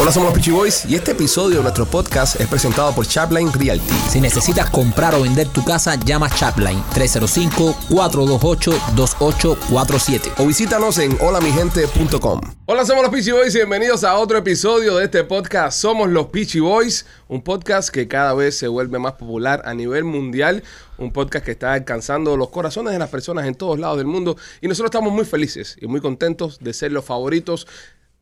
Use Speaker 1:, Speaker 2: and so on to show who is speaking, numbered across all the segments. Speaker 1: Hola, somos los Peachy Boys y este episodio de nuestro podcast es presentado por Chapline Realty.
Speaker 2: Si necesitas comprar o vender tu casa, llama Chapline 305-428-2847.
Speaker 1: O visítanos en holamigente.com. Hola, somos los Peachy Boys y bienvenidos a otro episodio de este podcast. Somos los Peachy Boys, un podcast que cada vez se vuelve más popular a nivel mundial. Un podcast que está alcanzando los corazones de las personas en todos lados del mundo. Y nosotros estamos muy felices y muy contentos de ser los favoritos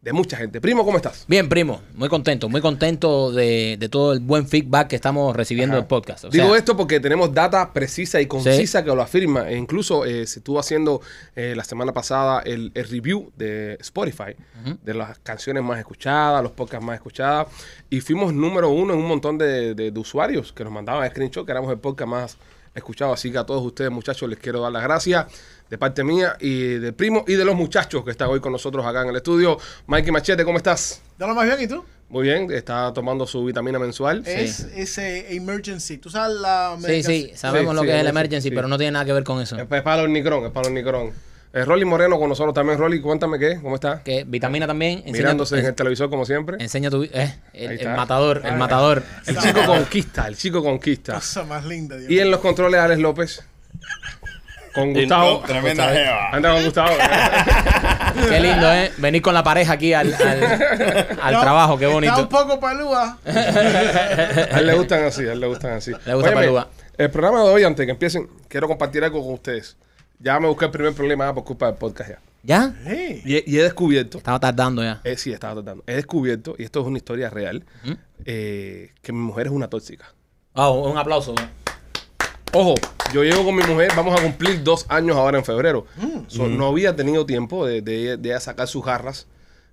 Speaker 1: de mucha gente. Primo, ¿cómo estás?
Speaker 2: Bien, primo, muy contento, muy contento de, de todo el buen feedback que estamos recibiendo
Speaker 1: Ajá.
Speaker 2: del podcast. O
Speaker 1: Digo
Speaker 2: sea,
Speaker 1: esto porque tenemos data precisa y concisa que lo afirma. E incluso eh, se estuvo haciendo eh, la semana pasada el, el review de Spotify, de las canciones más escuchadas, los podcasts más escuchadas. Y fuimos número uno en un montón de, de- de usuarios que nos mandaban screenshot, que éramos el podcast más escuchado. Así que a todos ustedes, muchachos, les quiero dar las gracias de parte mía y del primo y de los muchachos que están hoy con nosotros acá en el estudio. Mikey Machete, ¿cómo estás?
Speaker 3: Dale más bien, ¿y tú?
Speaker 1: Muy bien, está tomando su vitamina mensual.
Speaker 3: Es ese emergency. ¿Tú sabes la
Speaker 2: sí, sí, sabemos
Speaker 1: Sí,
Speaker 2: lo
Speaker 1: sí,
Speaker 2: que es el
Speaker 1: sí,
Speaker 2: emergency,
Speaker 1: sí.
Speaker 2: pero no tiene nada que ver con eso.
Speaker 1: Es, es para el Omnicron, es para el Omnicron. Eh, Rolly Moreno con nosotros también. Rolly, cuéntame qué, ¿cómo está?
Speaker 2: Que vitamina también. enseña-
Speaker 1: Mirándose en
Speaker 2: en-
Speaker 1: el televisor como siempre.
Speaker 2: enseña tu. eh, el,
Speaker 1: Ahí
Speaker 2: el
Speaker 1: está.
Speaker 2: matador, el matador.
Speaker 1: El chico conquista, el chico conquista.
Speaker 3: Cosa más linda, Dios.
Speaker 1: Y en los controles, Alex López. Con Gustavo.
Speaker 4: No, tremenda
Speaker 1: Gustavo.
Speaker 4: jeva.
Speaker 1: Anda con Gustavo.
Speaker 2: Qué lindo, ¿eh? Venir con la pareja aquí al, al- al
Speaker 3: No,
Speaker 2: trabajo, qué bonito.
Speaker 3: Está un poco pelúa.
Speaker 1: A él le gustan así, a él le gustan así.
Speaker 2: Le gusta pelúa.
Speaker 1: El programa de hoy, antes de que empiecen, quiero compartir algo con ustedes. Ya me busqué el primer problema ah, por culpa del podcast ya.
Speaker 2: ¿Ya?
Speaker 3: Hey.
Speaker 1: Y he- y he descubierto
Speaker 2: Estaba tardando ya.
Speaker 1: Eh, sí, estaba tratando. He descubierto, y esto es una historia real, eh, que mi mujer es una tóxica.
Speaker 2: Ah, un aplauso.
Speaker 1: Ojo, yo llevo con mi mujer, vamos a cumplir dos años ahora en febrero. So, No había tenido tiempo de, de- de ella sacar sus jarras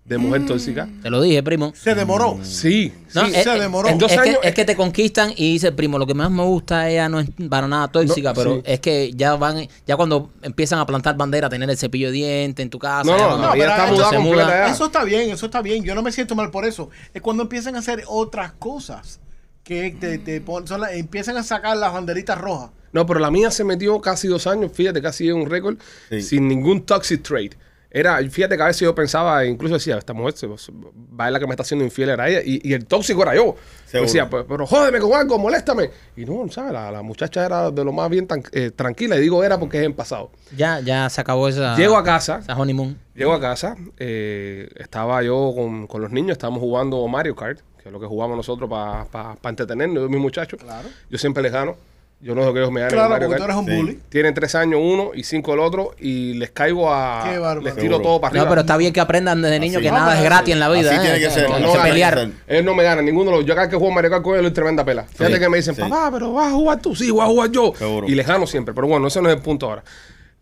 Speaker 1: de mujer tóxica.
Speaker 2: Te lo dije, primo.
Speaker 3: Se demoró.
Speaker 2: Mm.
Speaker 1: Sí,
Speaker 2: No,
Speaker 3: Sí,
Speaker 2: eh,
Speaker 3: se
Speaker 2: eh,
Speaker 3: demoró.
Speaker 2: Es,
Speaker 1: En dos
Speaker 2: es
Speaker 1: años,
Speaker 2: que, es que te conquistan y dice, primo, lo que más me gusta ella no es para nada tóxica,
Speaker 1: No,
Speaker 2: pero
Speaker 1: sí.
Speaker 2: es que ya van, ya cuando empiezan a plantar bandera, tener el cepillo de dientes en tu casa.
Speaker 1: No,
Speaker 2: ya
Speaker 1: no,
Speaker 2: van
Speaker 1: no,
Speaker 2: a-
Speaker 1: ella
Speaker 3: pero
Speaker 1: está
Speaker 3: esto
Speaker 1: mudada
Speaker 2: se
Speaker 1: completa
Speaker 2: muda.
Speaker 1: ya.
Speaker 3: Eso está bien, eso está bien. Yo no me siento mal por eso. Es cuando empiezan a hacer otras cosas que te,
Speaker 2: Mm.
Speaker 3: te pon- son las- empiezan a sacar las banderitas rojas.
Speaker 1: No, pero la mía se metió casi dos años, fíjate, casi es un récord,
Speaker 4: Sí.
Speaker 1: sin ningún toxic trait. Era, fíjate que a veces yo pensaba, incluso decía, esta mujer se, se- va a la que me está haciendo infiel era ella, y, y el tóxico era yo.
Speaker 4: Seguro.
Speaker 1: Decía, pues, pero jódeme con algo, moléstame. Y no, ¿sabes? La, la muchacha era de lo más bien tan- eh, tranquila, y digo era porque es en pasado.
Speaker 2: Ya, ya se acabó esa.
Speaker 1: Llego a casa,
Speaker 2: esa honeymoon.
Speaker 1: Llego a casa, eh, estaba yo con, con los niños, estábamos jugando Mario Kart, que es lo que jugamos nosotros para entretenernos, yo y mis muchachos.
Speaker 3: Claro.
Speaker 1: Yo siempre les gano, yo no dejo que ellos me ganen. en
Speaker 3: Claro,
Speaker 1: Mario
Speaker 3: porque tú
Speaker 1: Kart.
Speaker 3: eres un
Speaker 4: Sí.
Speaker 3: bully.
Speaker 1: Tienen tres años uno y cinco el otro y les caigo a...
Speaker 3: Qué bárbaro.
Speaker 1: Les tiro
Speaker 4: Seguro.
Speaker 1: todo para
Speaker 2: No, pero
Speaker 1: arriba.
Speaker 2: está bien que aprendan desde niño
Speaker 4: Así.
Speaker 2: que
Speaker 4: No,
Speaker 2: nada
Speaker 3: pero
Speaker 2: es gratis en la vida.
Speaker 4: Así
Speaker 2: ¿eh?
Speaker 4: tiene que ser.
Speaker 2: Hay
Speaker 1: no,
Speaker 2: que
Speaker 1: no,
Speaker 2: pelear.
Speaker 4: tiene que ser.
Speaker 1: Ellos no me ganan, ninguno de los... Yo cada vez que juego Mario Kart con ellos, es tremenda pela. Fíjate
Speaker 4: Sí,
Speaker 1: que me dicen,
Speaker 4: sí.
Speaker 1: papá, pero vas a jugar tú, sí, vas a jugar yo.
Speaker 4: Seguro.
Speaker 1: Y les gano siempre, pero bueno, ese no es el punto ahora.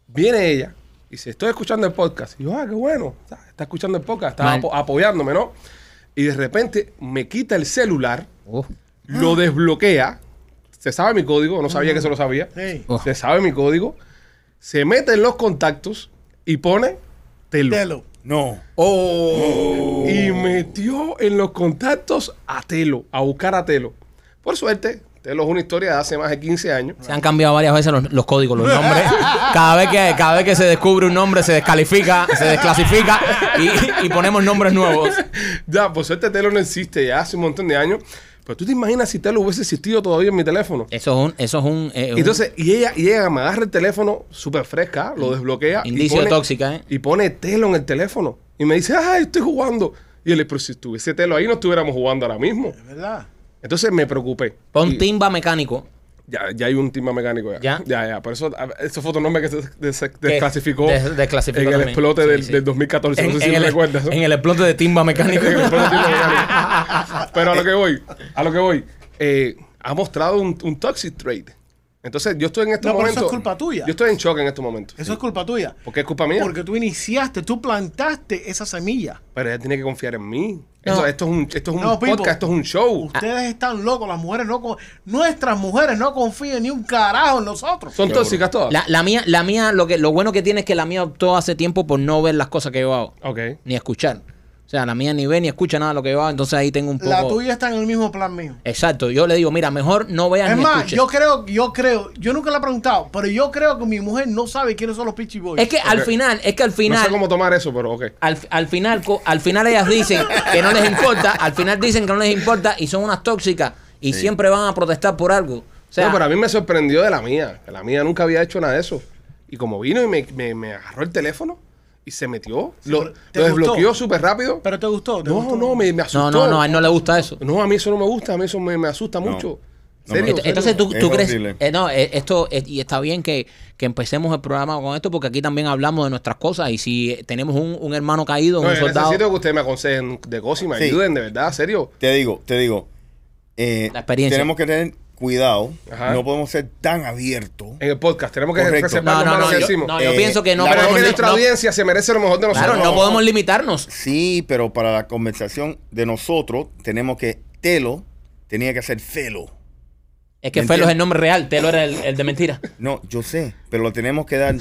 Speaker 1: Viene ella y dice, estoy escuchando el podcast. Y yo, ah, qué bueno, está, está escuchando el podcast, está
Speaker 2: Man.
Speaker 1: apo- apoyándome, ¿no? Y de repente me quita el celular,
Speaker 2: Uf.
Speaker 1: lo desbloquea, se sabe mi código, no sabía que se lo sabía.
Speaker 3: Hey.
Speaker 2: Oh.
Speaker 1: Se sabe mi código. Se mete en los contactos y pone Telo.
Speaker 3: Telo.
Speaker 4: No.
Speaker 1: Y metió en los contactos a Telo, a buscar a Telo. Por suerte, Telo es una historia de hace más de 15 años.
Speaker 2: Se han cambiado varias veces los, los códigos, los nombres. Cada vez, que, cada vez que se descubre un nombre, se descalifica, se desclasifica y, y ponemos nombres nuevos.
Speaker 1: Ya, por suerte Telo no existe ya hace un montón de años. Pero tú te imaginas si Telo hubiese existido todavía en mi teléfono.
Speaker 2: Eso es un. Eso es un eh, un-
Speaker 1: Entonces, y ella, y ella me agarra el teléfono súper fresca, lo desbloquea. y
Speaker 2: Indicio de tóxica, ¿eh?
Speaker 1: Y pone Telo en el teléfono. Y me dice, ay, estoy jugando. Y él, pero si estuviese Telo ahí, no estuviéramos jugando ahora mismo.
Speaker 3: Es verdad.
Speaker 1: Entonces me preocupé.
Speaker 2: Pon
Speaker 1: Y-
Speaker 2: timba mecánico.
Speaker 1: Ya, ya hay un timba mecánico ya.
Speaker 2: Ya.
Speaker 1: Ya, ya. Por eso, a- eso fue otro nombre que se des- des-
Speaker 2: Que
Speaker 1: desclasificó,
Speaker 2: des- desclasificó
Speaker 1: en el
Speaker 2: también.
Speaker 1: explote
Speaker 2: Sí,
Speaker 1: del,
Speaker 2: sí.
Speaker 1: del 2014. no sé si lo recuerdas. ¿no?
Speaker 2: en el explote de timba mecánico.
Speaker 1: En el explote del timba mecánico. Pero a lo que voy, a lo que voy, eh, ha mostrado un, un toxic trait. Entonces, yo estoy en estos
Speaker 3: No, pero
Speaker 1: momentos.
Speaker 3: eso es culpa tuya.
Speaker 1: Yo estoy en shock en estos momentos.
Speaker 3: Eso es culpa tuya.
Speaker 1: Porque es culpa mía.
Speaker 3: Porque tú iniciaste, tú plantaste esa semilla.
Speaker 1: Pero ella tiene que confiar en mí.
Speaker 2: No. Ah.
Speaker 1: Eso- esto es un, esto es un
Speaker 3: No, Pipo.
Speaker 1: podcast, esto es un show.
Speaker 3: Ustedes están locos, las mujeres no con- nuestras mujeres no confían ni un carajo en nosotros.
Speaker 1: Son tóxicas todas.
Speaker 2: La, la mía, la mía, lo que, lo bueno que tiene es que la mía optó hace tiempo por no ver las cosas que yo hago.
Speaker 1: Ok.
Speaker 2: Ni escuchar. O O sea, la mía ni ve ni escucha nada de lo que yo hago, entonces ahí tengo un poco...
Speaker 3: La tuya está en el mismo plan mío.
Speaker 2: Exacto, yo le digo, mira, mejor no veas
Speaker 3: Es
Speaker 2: ni
Speaker 3: más,
Speaker 2: escuches.
Speaker 3: yo creo, yo creo, yo nunca le he preguntado, pero yo creo que mi mujer no sabe quiénes son los Pitchy Boys.
Speaker 2: Es que al final, es que al
Speaker 1: No
Speaker 2: final...
Speaker 1: sé cómo tomar eso, pero ok.
Speaker 2: Al, al final, co- al final ellas dicen que no les importa, al final dicen que no les importa y son unas tóxicas y siempre van a protestar por algo. O sea,
Speaker 1: no, pero a mí me sorprendió de la mía. que La mía nunca había hecho nada de eso. Y como vino y me, me- me agarró el teléfono y se metió, lo,
Speaker 3: pero ¿te
Speaker 1: lo
Speaker 3: gustó?
Speaker 1: desbloqueó súper rápido.
Speaker 3: Pero te gustó, te
Speaker 1: no,
Speaker 3: gustó.
Speaker 1: no, me, me
Speaker 2: no,
Speaker 1: asustó.
Speaker 2: no, no, a él no le gusta eso.
Speaker 1: No, a mí eso no me gusta, a mí eso me, me asusta
Speaker 4: No.
Speaker 1: mucho.
Speaker 4: No,
Speaker 1: Serio,
Speaker 4: no.
Speaker 2: Ent-
Speaker 1: serio.
Speaker 2: Entonces tú,
Speaker 4: Es
Speaker 2: tú crees...
Speaker 4: horrible.
Speaker 2: eh, no, eh, esto... eh, y está bien que, que empecemos el programa con esto porque aquí también hablamos de nuestras cosas y si eh, tenemos un, un hermano caído,
Speaker 1: No,
Speaker 2: un
Speaker 1: yo
Speaker 2: soldado...
Speaker 1: necesito que ustedes me aconsejen de cosas y me
Speaker 4: Sí.
Speaker 1: ayuden, de verdad, serio.
Speaker 4: Te digo, te digo. eh,
Speaker 2: La experiencia.
Speaker 4: Tenemos que tener cuidado.
Speaker 1: Ajá.
Speaker 4: No podemos ser tan abiertos.
Speaker 1: En el podcast tenemos que
Speaker 4: Correcto.
Speaker 1: reservarnos
Speaker 2: No, no,
Speaker 1: más lo
Speaker 2: no,
Speaker 1: que
Speaker 2: yo,
Speaker 1: decimos.
Speaker 2: no, yo
Speaker 4: Eh,
Speaker 2: pienso que no
Speaker 4: la
Speaker 1: pero es
Speaker 2: podemos...
Speaker 1: que
Speaker 4: no-
Speaker 1: nuestra
Speaker 2: no-
Speaker 1: audiencia se merece lo mejor de nosotros.
Speaker 2: claro, no podemos limitarnos.
Speaker 4: Sí, pero para la conversación de nosotros, tenemos que telo, tenía que ser felo.
Speaker 2: Es que
Speaker 4: ¿Me
Speaker 2: Felo es el
Speaker 4: entiendes?
Speaker 2: nombre real, Telo era el, el de mentira.
Speaker 4: No, yo sé, pero lo tenemos que dar,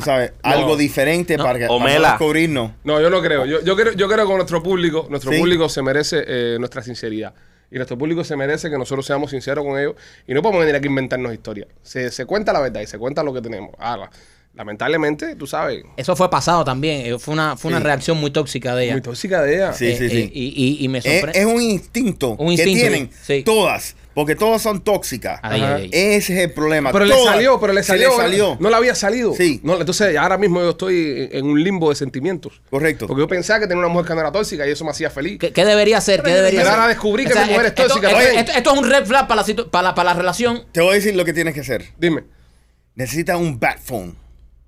Speaker 4: sabes, algo diferente para que para no
Speaker 5: Omela.
Speaker 4: descubrirnos.
Speaker 1: No, yo no creo. Yo, yo creo. yo creo que nuestro público, nuestro
Speaker 4: Sí.
Speaker 1: público se merece eh, nuestra sinceridad. Y nuestro público se merece que nosotros seamos sinceros con ellos. Y no podemos venir aquí a inventarnos historias. Se, se cuenta la verdad y se cuenta lo que tenemos. Ahora, lamentablemente, tú sabes,
Speaker 2: Eso fue pasado también. eh, Fue una, fue una
Speaker 4: Sí.
Speaker 2: reacción muy tóxica de ella. Eh,
Speaker 1: muy tóxica de ella.
Speaker 4: Sí. sí.
Speaker 2: Y, y- y me
Speaker 4: Es,
Speaker 2: sorprende.
Speaker 4: es un instinto
Speaker 2: Un
Speaker 4: que
Speaker 2: instinto,
Speaker 4: tienen
Speaker 2: sí.
Speaker 4: todas, porque todas son tóxicas.
Speaker 2: Ay,
Speaker 1: Ajá.
Speaker 2: ay, ay.
Speaker 4: Ese es el problema.
Speaker 1: Pero le
Speaker 4: Todas
Speaker 1: salió, pero le
Speaker 4: se
Speaker 1: salió.
Speaker 4: salió.
Speaker 1: No le había salido.
Speaker 4: Sí.
Speaker 1: No, entonces, ahora mismo yo estoy en un limbo de sentimientos.
Speaker 4: Correcto.
Speaker 1: Porque yo pensaba que tenía una mujer que no era tóxica y eso me hacía feliz.
Speaker 2: ¿Qué, qué debería ser? ¿Qué debería
Speaker 1: Pero
Speaker 2: ser?
Speaker 1: ahora descubrí que mi mujer es
Speaker 2: esto-
Speaker 1: tóxica,
Speaker 2: Esto,
Speaker 1: oye.
Speaker 2: esto- esto es un red flag para la, situ- para, la- para la relación.
Speaker 4: Te voy a decir lo que tienes que hacer.
Speaker 1: Dime.
Speaker 4: Necesitas un bat phone.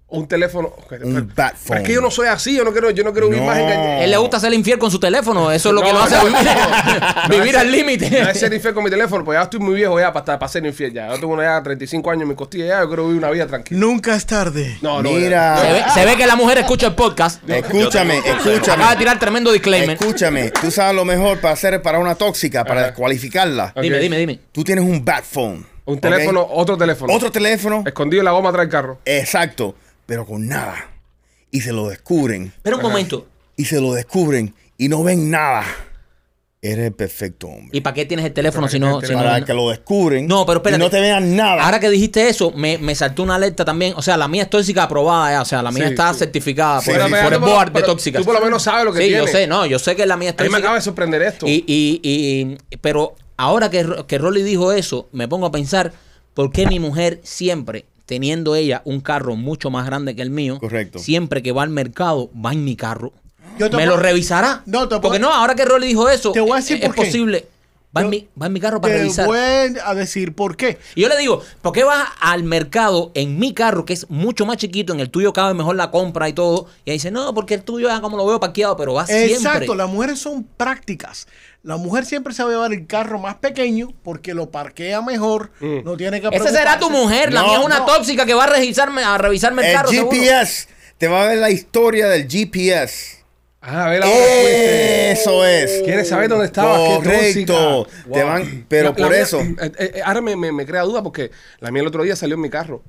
Speaker 1: Un teléfono. ok, pero- pero
Speaker 4: bat
Speaker 1: es que
Speaker 4: phone.
Speaker 1: yo no soy así, yo no quiero, yo no quiero una
Speaker 4: No.
Speaker 1: imagen que-
Speaker 2: Él le gusta ser infiel con su teléfono. Eso es lo que
Speaker 1: No,
Speaker 2: lo hace
Speaker 1: no,
Speaker 2: vivir,
Speaker 1: no.
Speaker 2: vivir
Speaker 1: No,
Speaker 2: al
Speaker 1: ese-
Speaker 2: límite.
Speaker 1: No es ser infiel con mi teléfono, pues ya estoy muy viejo ya para, estar- para ser infiel ya. Yo tengo una ya 35 años en mi costilla ya, yo quiero vivir una vida tranquila.
Speaker 3: Nunca es tarde.
Speaker 1: No, no.
Speaker 4: Mira.
Speaker 1: ya.
Speaker 2: Se ve, se ve que la mujer escucha el podcast.
Speaker 4: Escúchame,
Speaker 5: Yo tengo un consejo.
Speaker 4: escúchame.
Speaker 2: Acaba de tirar tremendo disclaimer.
Speaker 4: Escúchame, tú sabes lo mejor para hacer para una tóxica, para descualificarla.
Speaker 1: Ok.
Speaker 2: Dime, dime, dime.
Speaker 4: Tú tienes un bat phone.
Speaker 1: Un
Speaker 4: ¿ok?
Speaker 1: teléfono, otro teléfono.
Speaker 4: Otro teléfono.
Speaker 1: Escondido en la goma trae el carro.
Speaker 4: Exacto. Pero con nada. Y se lo descubren.
Speaker 2: Pero un momento.
Speaker 4: Y se lo descubren. Y no ven nada. Eres el perfecto hombre.
Speaker 2: ¿Y para qué tienes el teléfono si no? si no-
Speaker 4: para que lo descubren.
Speaker 2: No, pero espérate.
Speaker 4: Y no te vean nada.
Speaker 2: Ahora que dijiste eso, me, me saltó una alerta también. O sea, la mía es tóxica aprobada ya. O sea, la mía
Speaker 1: Sí,
Speaker 2: está
Speaker 1: sí.
Speaker 2: certificada
Speaker 4: Sí,
Speaker 2: por,
Speaker 4: pero
Speaker 2: el-
Speaker 4: mira,
Speaker 2: por el
Speaker 1: tú por lo-
Speaker 2: board de
Speaker 1: pero
Speaker 2: tóxicas.
Speaker 1: tú por lo menos sabes lo que
Speaker 2: sí,
Speaker 1: tiene.
Speaker 2: yo sé, no, yo sé que la mía es
Speaker 1: A mí
Speaker 2: tóxica.
Speaker 1: me acaba de sorprender esto.
Speaker 2: Y, y, y- pero ahora que, Ro- que Rolly dijo eso, me pongo a pensar por qué mi mujer siempre, teniendo ella un carro mucho más grande que el mío,
Speaker 4: Correcto.
Speaker 2: siempre que va al mercado, va en mi carro.
Speaker 3: Yo te
Speaker 2: me
Speaker 3: puedo-
Speaker 2: lo revisará.
Speaker 3: No, te
Speaker 2: Porque
Speaker 3: puedo-
Speaker 2: no, ahora que Rolly dijo eso, eh,
Speaker 3: Te voy a decir
Speaker 2: es, es
Speaker 3: por qué.
Speaker 2: posible. Va, en
Speaker 3: Yo-
Speaker 2: mi, va en mi carro para
Speaker 3: Te
Speaker 2: revisar.
Speaker 3: voy a decir por qué.
Speaker 2: Y yo le digo, ¿por qué vas al mercado en mi carro, que es mucho más chiquito, en el tuyo cabe mejor la compra y todo? Y ahí dice, no, porque el tuyo es como lo veo parqueado, pero va Ah, siempre.
Speaker 3: Exacto, las mujeres son prácticas. La mujer siempre se va a llevar el carro más pequeño porque lo parquea mejor,
Speaker 1: Mm.
Speaker 3: no tiene que
Speaker 2: Esa será
Speaker 3: preocuparse.
Speaker 2: tu mujer, la
Speaker 4: No,
Speaker 2: mía es una
Speaker 3: no.
Speaker 2: tóxica que va a revisarme, a revisarme el,
Speaker 4: el
Speaker 2: carro. seguro.
Speaker 4: GPS. Te va a ver la historia del GPS.
Speaker 1: Ah, a ver ahora fuiste.
Speaker 4: Eso es.
Speaker 1: ¿Quieres saber dónde estabas? Qué
Speaker 4: Correcto.
Speaker 1: tóxica.
Speaker 4: Te
Speaker 1: Wow.
Speaker 4: van, pero
Speaker 1: La- la
Speaker 4: por
Speaker 1: mía-
Speaker 4: eso.
Speaker 1: eh, eh, ahora me, me- me crea duda porque la mía el otro día salió en mi carro.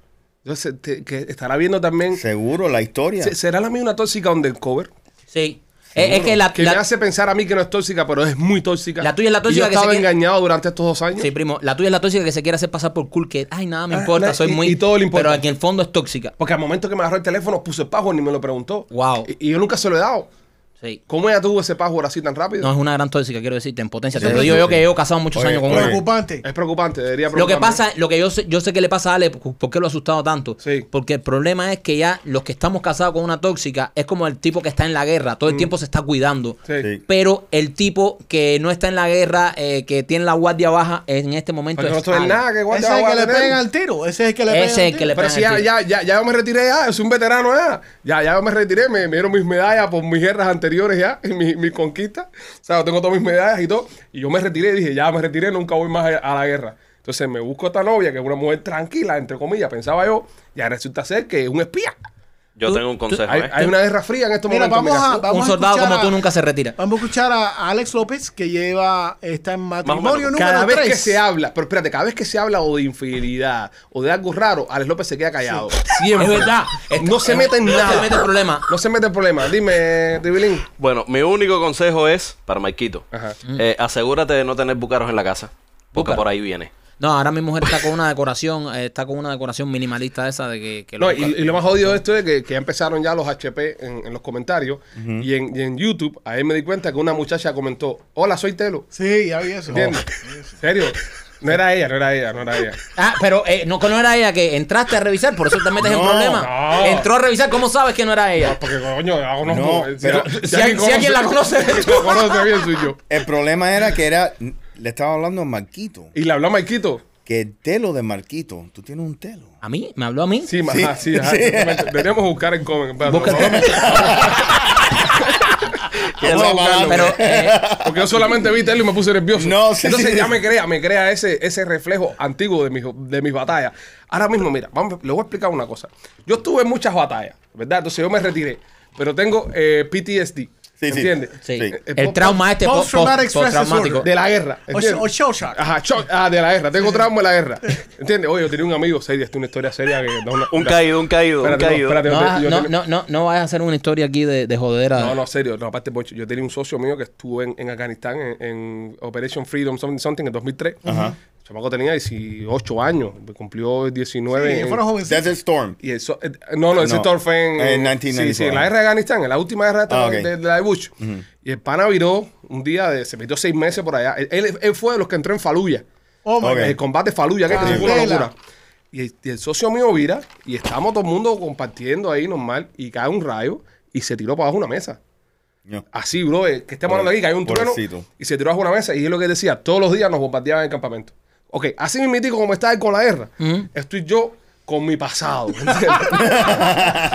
Speaker 1: Entonces, te- que estará viendo también.
Speaker 4: Seguro, la historia.
Speaker 1: Se- ¿Será la mía una tóxica undercover?
Speaker 2: Sí. Eh, Es, es que la,
Speaker 1: Que me
Speaker 2: la-
Speaker 1: hace pensar a mí que no es tóxica, pero es muy tóxica.
Speaker 2: La tuya es la
Speaker 1: Y
Speaker 2: tóxica
Speaker 1: yo
Speaker 2: que
Speaker 1: estaba
Speaker 2: se quiere-
Speaker 1: engañado durante estos dos años.
Speaker 2: Sí, primo, la tuya es la tóxica que se quiere hacer pasar por cool, que, ay, nada me
Speaker 1: Ah,
Speaker 2: importa,
Speaker 1: na-
Speaker 2: soy
Speaker 1: y-
Speaker 2: muy...
Speaker 1: y todo le importa.
Speaker 2: Pero en el fondo es tóxica.
Speaker 1: Porque al momento que me agarró el teléfono, puso el password y me lo preguntó.
Speaker 2: Wow.
Speaker 1: Y, y yo nunca se lo he dado.
Speaker 2: Sí.
Speaker 1: ¿Cómo ella tuvo ese password así tan rápido?
Speaker 2: No es una gran tóxica, quiero decirte, en potencia. Te
Speaker 4: Eso
Speaker 2: lo
Speaker 4: es
Speaker 2: digo
Speaker 4: sí.
Speaker 2: yo que llevo casado muchos
Speaker 4: Oye,
Speaker 2: años con
Speaker 4: oye.
Speaker 2: una.
Speaker 3: Preocupante.
Speaker 1: Es preocupante, debería
Speaker 2: Lo que
Speaker 1: preocuparme.
Speaker 2: pasa, lo que yo sé, yo sé que le pasa a Ale, pues, ¿por qué lo ha asustado tanto?
Speaker 1: Sí.
Speaker 2: Porque el problema es que ya los que estamos casados con una tóxica es como el tipo que está en la guerra, todo el tiempo se está cuidando.
Speaker 1: Mm. Sí.
Speaker 4: Sí.
Speaker 2: Pero el tipo que no está en la guerra, eh, que tiene la guardia baja, en este momento
Speaker 1: Porque no
Speaker 2: es
Speaker 1: estoy en
Speaker 2: Ale.
Speaker 1: nada, que guardia
Speaker 3: Ese es
Speaker 1: voy
Speaker 3: el que
Speaker 1: a
Speaker 3: le
Speaker 1: tener.
Speaker 3: pegan al tiro. Ese es el que le
Speaker 2: Ese
Speaker 3: pegan
Speaker 2: es el
Speaker 3: al
Speaker 2: que le
Speaker 3: tiro.
Speaker 1: Pero si ya,
Speaker 2: Penalti.
Speaker 1: ya, ya, ya yo me retiré ya, es un veterano ya. Ya, ya yo me retiré, me, me dieron mis medallas por mis guerras anteriores ya, y mi, mi conquista. O sea, yo tengo todas mis medallas y todo. Y yo me retiré y dije, ya me retiré, nunca voy más a, a la guerra. Entonces me busco esta novia, que es una mujer tranquila, entre comillas, pensaba yo, ya resulta ser que es un espía.
Speaker 5: Yo
Speaker 2: Tú-
Speaker 5: tengo un
Speaker 2: tú-
Speaker 5: consejo.
Speaker 1: Hay,
Speaker 5: ¿eh?
Speaker 1: hay una guerra fría en estos
Speaker 3: Mira,
Speaker 1: momentos.
Speaker 3: vamos
Speaker 1: Miguel.
Speaker 3: a-
Speaker 2: un soldado
Speaker 3: escuchar
Speaker 2: como
Speaker 3: a-
Speaker 2: tú nunca se retira.
Speaker 3: Vamos a escuchar a Alex López, que lleva está en matrimonio número
Speaker 1: Cada vez que
Speaker 3: tres.
Speaker 1: se habla, pero espérate, cada vez que se habla o de infidelidad o de algo raro, Alex López se queda callado. Siempre.
Speaker 2: Es verdad.
Speaker 1: No se mete en
Speaker 2: No se
Speaker 1: nada.
Speaker 2: mete en problema.
Speaker 1: No se mete en problema. Dime, Divilín.
Speaker 5: Bueno, mi único consejo es para Maikito.
Speaker 1: Ajá.
Speaker 5: eh, asegúrate de no tener bucaros en la casa. Porque
Speaker 2: Búcaros.
Speaker 5: por ahí viene.
Speaker 2: No, ahora mi mujer está con una decoración, eh, está con una decoración minimalista esa de que, que
Speaker 1: No,
Speaker 2: los-
Speaker 1: y, y lo más jodido de esto es que, que ya empezaron ya los HP en, en los comentarios y, en, y en YouTube. Ahí me di cuenta que una muchacha comentó: Hola, soy Telo.
Speaker 3: Sí, ya vi eso.
Speaker 1: ¿Entiendes? ¿En serio? No era ella, no era ella, no era ella.
Speaker 2: Ah, pero eh, no, que no era ella que entraste a revisar, por eso te metes en
Speaker 4: No,
Speaker 2: problema.
Speaker 1: no.
Speaker 2: Entró a revisar, ¿cómo sabes que no era ella?
Speaker 1: Porque coño, la conozco.
Speaker 4: No, pero-
Speaker 1: ya- ya
Speaker 2: si
Speaker 1: ni
Speaker 2: hay- si alguien la conoce, eres tú.
Speaker 1: la conoce bien, soy yo.
Speaker 4: El problema era que era, le estaba hablando a Marquito,
Speaker 1: Y le habló a Maikito.
Speaker 4: que el telo de Marquito, tú tienes un telo.
Speaker 2: ¿A mí? ¿Me habló a mí?
Speaker 1: Sí, ma-
Speaker 4: Sí,
Speaker 1: ah, sí, ajá,
Speaker 4: sí.
Speaker 1: exactamente. Deberíamos buscar en Comen. espérate,
Speaker 2: Busca el
Speaker 1: por favor.
Speaker 4: Vamos a buscarlo,
Speaker 2: Pero,
Speaker 4: güey.
Speaker 2: eh,
Speaker 1: Porque yo solamente vi Telo y me puse nervioso.
Speaker 4: No, sí,
Speaker 1: Entonces
Speaker 4: sí,
Speaker 1: ya
Speaker 4: sí.
Speaker 1: me crea, me crea ese, ese reflejo antiguo de mis, de mis batallas. Ahora mismo, mira, vamos, le voy a explicar una cosa. Yo tuve muchas batallas, ¿verdad? Entonces yo me retiré. Pero tengo eh, PTSD.
Speaker 4: sí.
Speaker 1: ¿Entiendes? Eh,
Speaker 2: sí.
Speaker 4: Sí.
Speaker 2: El trauma este po-
Speaker 3: Post Traumatic
Speaker 2: post-
Speaker 3: Stress
Speaker 2: postraumático.
Speaker 3: Disorder.
Speaker 1: De la guerra.
Speaker 3: O-
Speaker 1: ¿entiendes?
Speaker 3: o shell shock.
Speaker 1: Ajá, shock. Ah, de la guerra. Tengo trauma de la guerra. ¿Entiendes? Oye, yo tenía un amigo serio, esta es una historia seria que da una-
Speaker 5: Un
Speaker 1: da-
Speaker 5: caído, un caído,
Speaker 1: Espérate,
Speaker 5: un
Speaker 1: no,
Speaker 5: caído.
Speaker 1: espérate,
Speaker 2: No,
Speaker 1: yo
Speaker 2: vas-
Speaker 1: te- yo
Speaker 2: no,
Speaker 1: te-
Speaker 2: no, no, no vayas a hacer una historia aquí de, de jodera.
Speaker 4: Ah.
Speaker 1: No, no, serio. No, aparte, Poncho, yo tenía un socio mío que estuvo en, en Afganistán en, en Operation Freedom Something, something en 2003. El chamaco tenía 18 años, cumplió 19.
Speaker 3: Sí,
Speaker 1: en-
Speaker 3: fueron jovencitos.
Speaker 4: Desert Storm.
Speaker 1: y eso, eh, no, no, ese
Speaker 4: No,
Speaker 1: tour fue en,
Speaker 4: en
Speaker 1: Sí, sí, en
Speaker 4: 1994.
Speaker 1: la guerra de Afganistán, en la última guerra de,
Speaker 4: Ah, ok.
Speaker 1: de- de la de Bush. Y el pana viró un día, de, se metió seis meses por allá. Él, él- él fue de los que entró en Faluya.
Speaker 3: Oh, my
Speaker 4: Ok.
Speaker 1: El combate Faluya, que
Speaker 3: Ah,
Speaker 1: eso fue una
Speaker 3: vela.
Speaker 1: locura. Y el, y el socio mío vira, y estábamos todo el mundo compartiendo ahí normal, y cae un rayo y se tiró para abajo una mesa.
Speaker 4: No.
Speaker 1: Así, bro, eh, que estamos hablando aquí, que hay un trueno
Speaker 4: Pobrecito.
Speaker 1: y se tiró bajo una mesa. Y es lo que decía, todos los días nos bombardeaban en el campamento. Ok, así mismitico como está él con la guerra, estoy yo con mi pasado. ¿entiendes?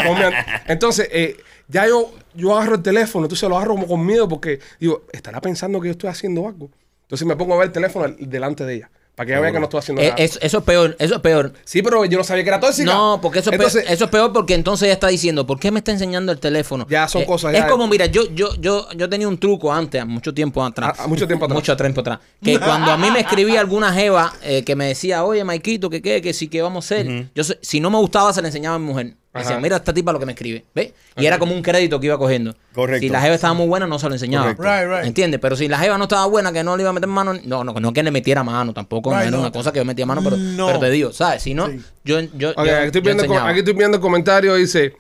Speaker 1: Con mi an- Entonces, eh, ya yo, yo agarro el teléfono, entonces lo agarro como con miedo porque digo, estará pensando que yo estoy haciendo algo. Entonces me pongo a ver el teléfono al- delante de ella, para que ella vea que no estoy haciendo
Speaker 2: Eh,
Speaker 1: nada.
Speaker 2: es- eso es peor, eso es peor.
Speaker 1: Sí, pero yo no sabía que era tóxica.
Speaker 2: No, porque eso, es
Speaker 1: Entonces,
Speaker 2: peor, eso es peor porque entonces ella está diciendo, ¿por qué me está enseñando el teléfono?
Speaker 1: Ya son
Speaker 2: Eh,
Speaker 1: cosas
Speaker 2: Es
Speaker 1: ya-
Speaker 2: como, mira, yo, yo, yo, yo tenía un truco antes, mucho tiempo atrás.
Speaker 1: A- a Ah, mucho tiempo atrás.
Speaker 2: Mucho tiempo atrás. Que cuando a mí me escribía alguna jeva eh, que me decía, oye, Maikito, que qué, que sí, que vamos a hacer. Yo sé- si no me gustaba, se le enseñaba a mi mujer. Decía,
Speaker 1: Ajá.
Speaker 2: mira esta tipa lo que me escribe. ¿Ves? Y era como un crédito que iba cogiendo.
Speaker 4: Correcto.
Speaker 2: Si la jeva estaba muy buena, no se lo enseñaba.
Speaker 4: Correcto.
Speaker 3: Right, right.
Speaker 2: ¿Entiendes? Pero si la jeva no estaba buena, que no le iba a meter mano, no, no, no que le metiera mano tampoco,
Speaker 3: Right,
Speaker 2: no era
Speaker 3: no.
Speaker 2: una cosa que yo metía mano, pero,
Speaker 3: No.
Speaker 2: pero te digo, ¿sabes? Si no,
Speaker 3: Sí.
Speaker 2: yo, yo,
Speaker 1: Ok,
Speaker 2: yo-
Speaker 1: aquí, estoy
Speaker 2: yo
Speaker 1: viendo,
Speaker 2: enseñaba.
Speaker 1: aquí estoy viendo el comentario, dice,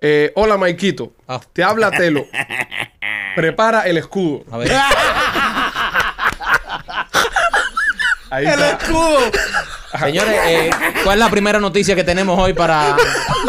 Speaker 1: eh, hola Maikito,
Speaker 2: Ah.
Speaker 1: te habla Telo, prepara el escudo.
Speaker 2: A ver.
Speaker 1: Ahí
Speaker 3: El
Speaker 1: está.
Speaker 3: escudo.
Speaker 2: Señores, eh, ¿cuál es la primera noticia que tenemos hoy para.?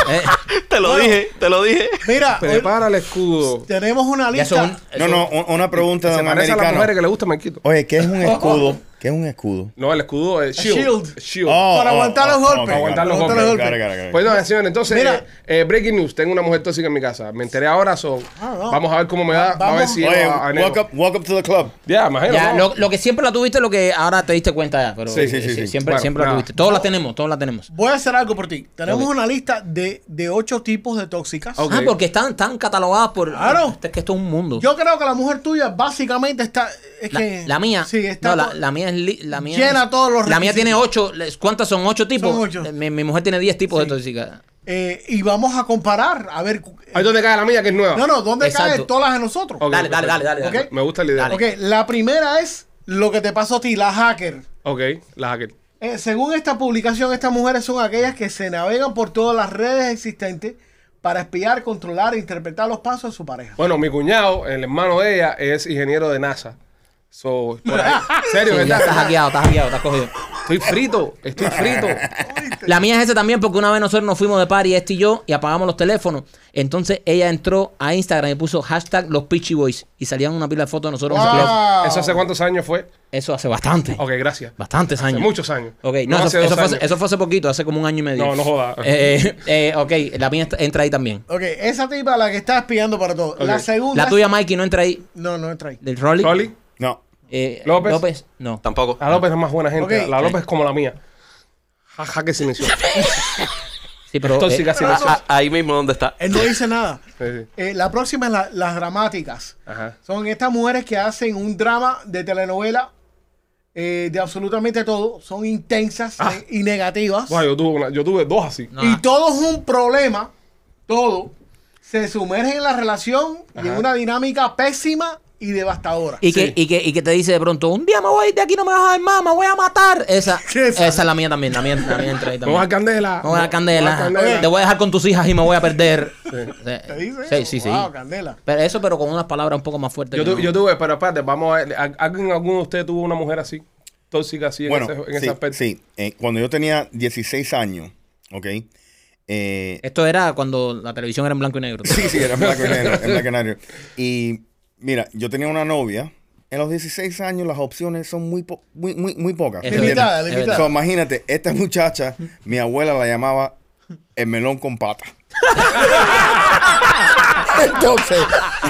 Speaker 2: eh,
Speaker 5: Te lo dije, te lo dije.
Speaker 3: Mira, hoy
Speaker 1: Prepara el escudo.
Speaker 3: tenemos una
Speaker 2: ya
Speaker 3: lista.
Speaker 2: son-
Speaker 4: No, no, un- una pregunta de
Speaker 1: Se
Speaker 4: un
Speaker 1: parece a la mujer
Speaker 4: americano.
Speaker 1: que Oh, le gusta Maikito.
Speaker 4: Oye, ¿qué es un escudo? ¿Qué es un escudo? Oh,
Speaker 1: No, el escudo es Shield.
Speaker 3: shield. Oh.
Speaker 1: Shield.
Speaker 3: Para aguantar los golpes.
Speaker 4: Para aguantar los
Speaker 1: Aguantar
Speaker 4: golpes.
Speaker 1: los
Speaker 3: golpes.
Speaker 4: Claro, claro, claro.
Speaker 1: Pues no, señores, entonces,
Speaker 3: Mira.
Speaker 1: eh, eh, breaking news, tengo una mujer tóxica en mi casa. Me enteré ahora, so,
Speaker 3: Ah, no.
Speaker 1: vamos a ver cómo me da, vamos a ver
Speaker 3: Vamos.
Speaker 1: si
Speaker 4: Oye,
Speaker 1: llego a- a enero.
Speaker 4: walk up, walk up to the club.
Speaker 1: Ya, imagino.
Speaker 2: Ya,
Speaker 1: vamos.
Speaker 2: lo, lo que siempre la tuviste, lo que ahora te diste cuenta ya. Pero
Speaker 4: Sí, sí,
Speaker 2: eh,
Speaker 4: sí, sí.
Speaker 2: siempre,
Speaker 1: Bueno,
Speaker 2: siempre la
Speaker 1: nada.
Speaker 2: tuviste. Todos la tenemos, todos la tenemos.
Speaker 3: Voy a hacer algo por ti. Tenemos
Speaker 2: Ok.
Speaker 3: una lista de, de ocho tipos de tóxicas.
Speaker 1: Ok.
Speaker 2: Ah, porque están, están catalogadas por. Este,
Speaker 3: Claro.
Speaker 2: Es que esto es un mundo.
Speaker 3: Yo creo que la mujer tuya básicamente está. Es
Speaker 2: la,
Speaker 3: que,
Speaker 2: la mía.
Speaker 3: Sí, está.
Speaker 2: no, la,
Speaker 3: por-
Speaker 2: la mía es. li- la mía
Speaker 3: Llena
Speaker 2: es-
Speaker 3: todos los
Speaker 2: La mía
Speaker 3: requisitos.
Speaker 2: tiene ocho. les- ¿Cuántas son? ¿Ocho tipos?
Speaker 3: ocho.
Speaker 2: Eh, Mi, mi mujer tiene diez tipos de tóxicas.
Speaker 3: eh, y vamos a comparar. A ver. cu-
Speaker 1: Ahí donde cae la mía, que es nueva.
Speaker 3: No, no, ¿dónde
Speaker 2: Exacto.
Speaker 3: caen todas las de nosotros?
Speaker 1: Ok,
Speaker 2: Dale, dale, dale, dale,
Speaker 1: perfecto.
Speaker 3: dale.
Speaker 1: Ok, Me gusta la idea.
Speaker 2: Dale.
Speaker 3: Ok, la primera es lo que te pasó a ti, la hacker.
Speaker 1: Ok, la hacker.
Speaker 3: Eh, según esta publicación, estas mujeres son aquellas que se navegan por todas las redes existentes para espiar, controlar e interpretar los pasos de su pareja.
Speaker 1: Bueno, mi cuñado, el hermano de ella, es ingeniero de NASA. So, por ahí.
Speaker 2: Sí,
Speaker 1: Serio,
Speaker 2: ya
Speaker 1: ¿verdad?
Speaker 2: estás hackeado, estás hackeado, estás cogido.
Speaker 1: Estoy frito, estoy frito.
Speaker 2: La mía es esa también porque una vez nosotros nos fuimos de party, este y yo, y apagamos los teléfonos. Entonces ella entró a Instagram y puso hashtag los Peachy Boys y salían una pila de fotos de nosotros. en
Speaker 3: Wow.
Speaker 2: ciclo.
Speaker 1: ¿Eso hace cuántos años fue?
Speaker 2: Eso hace bastante.
Speaker 1: Ok, gracias.
Speaker 2: Bastantes años.
Speaker 1: muchos años.
Speaker 2: Ok,
Speaker 1: No,
Speaker 2: no, eso,
Speaker 1: hace dos
Speaker 2: eso fue, hace-
Speaker 1: años.
Speaker 2: eso fue hace poquito, hace como un año y medio.
Speaker 1: No, no jodas.
Speaker 2: Eh, eh, ok, la mía está- entra ahí también.
Speaker 3: Ok, esa tipa la que está espiando para todo. La
Speaker 1: Ok.
Speaker 3: segunda.
Speaker 2: La tuya, Mikey, no entra ahí.
Speaker 3: No, no entra ahí.
Speaker 2: Del Rolly.
Speaker 1: Rolly,
Speaker 4: No.
Speaker 2: Eh,
Speaker 1: López.
Speaker 2: No.
Speaker 5: Tampoco.
Speaker 1: la López es más buena gente.
Speaker 3: Ok.
Speaker 1: La López es como la mía. Jaja, que silencio.
Speaker 2: Sí, pero,
Speaker 1: Tóxica,
Speaker 2: eh,
Speaker 1: sí,
Speaker 3: pero
Speaker 1: eso-
Speaker 3: eso-
Speaker 5: Ah, ahí mismo donde está.
Speaker 3: Él no dice nada.
Speaker 1: Sí, sí.
Speaker 3: Eh, la próxima es la- las dramáticas.
Speaker 1: Ajá.
Speaker 3: Son estas mujeres que hacen un drama de telenovela eh, de absolutamente todo. Son intensas eh, y negativas.
Speaker 1: Guau, yo, tuve una- yo tuve dos así.
Speaker 2: no,
Speaker 3: Y todo es un problema. Todo. Se sumergen en la relación y en
Speaker 1: Ajá.
Speaker 3: una dinámica pésima y devastadora.
Speaker 2: Y que, y, que, y que te dice de pronto, un día me voy de aquí, no me vas a ver más, me voy a matar. Esa, esa es la mía también, la mía, la mía entra ahí también.
Speaker 1: Vamos a candela.
Speaker 2: Ah, Vamos a la candela.
Speaker 1: Vamos a la candela.
Speaker 2: Te voy a dejar con tus hijas y me voy a perder.
Speaker 3: ¿Te dice
Speaker 2: Sí,
Speaker 3: eso?
Speaker 2: sí, sí.
Speaker 3: Wow, Candela.
Speaker 2: Pero eso, pero con unas palabras un poco más fuertes.
Speaker 1: Yo,
Speaker 2: que
Speaker 1: tu-
Speaker 2: no.
Speaker 1: yo tuve, pero espérate, vamos a ver. ¿al- ¿Alguien, alguno de ustedes tuvo una mujer así? Tóxica así en,
Speaker 4: bueno,
Speaker 1: ese, en ese
Speaker 4: sí,
Speaker 1: aspecto.
Speaker 4: sí. Eh, cuando yo tenía 16 años, ¿ok? Eh,
Speaker 2: Esto era cuando la televisión era en blanco y negro.
Speaker 4: sí, sí, era en blanco y negro, en blanco y negro. Y mira, yo tenía una novia. En los 16 años las opciones son muy, po- muy, muy, muy pocas.
Speaker 2: Es
Speaker 4: ¿me entiendes?
Speaker 3: Limitada,
Speaker 2: verdad, es
Speaker 3: limitada.
Speaker 4: So, imagínate, esta muchacha, mi abuela la llamaba el melón con pata. entonces,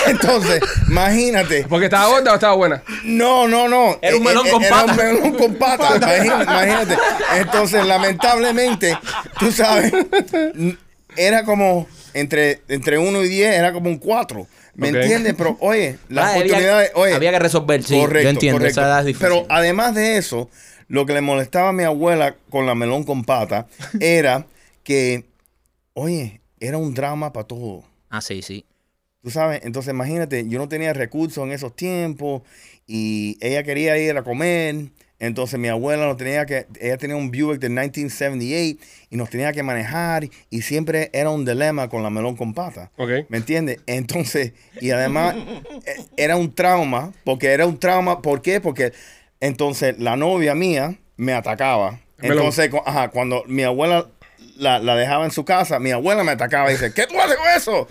Speaker 4: entonces, imagínate.
Speaker 1: Porque estaba gorda o estaba buena.
Speaker 4: No, no, no.
Speaker 2: Era un
Speaker 4: Eh,
Speaker 2: melón
Speaker 4: eh,
Speaker 2: con
Speaker 4: era
Speaker 2: pata.
Speaker 4: un melón con pata. imagínate, imagínate. Entonces, lamentablemente, tú sabes, n- era como entre, entre 1 y 10, era como un 4. ¿Me
Speaker 1: Ok.
Speaker 4: entiendes? Pero, oye, las
Speaker 2: Ah, había-
Speaker 4: oportunidades. oye,
Speaker 2: había que resolver, sí, yo entiendo, esa edad es difícil.
Speaker 4: Pero además de eso, lo que le molestaba a mi abuela con la melón con pata era que, oye, era un drama para todo.
Speaker 2: Ah, sí, sí.
Speaker 4: Tú sabes, entonces imagínate, yo no tenía recursos en esos tiempos y ella quería ir a comer. Entonces mi abuela nos tenía que, ella tenía un Buick del 1978 y nos tenía que manejar y siempre era un dilema con la melón con pata.
Speaker 1: Ok.
Speaker 4: ¿Me entiendes? Entonces, y además eh, era un trauma, porque era un trauma, ¿por qué? Porque entonces la novia mía me atacaba.
Speaker 1: Melón.
Speaker 4: Entonces, cu- ajá, cuando mi abuela la, la dejaba en su casa, mi abuela me atacaba y dice, ¿qué tú haces con eso?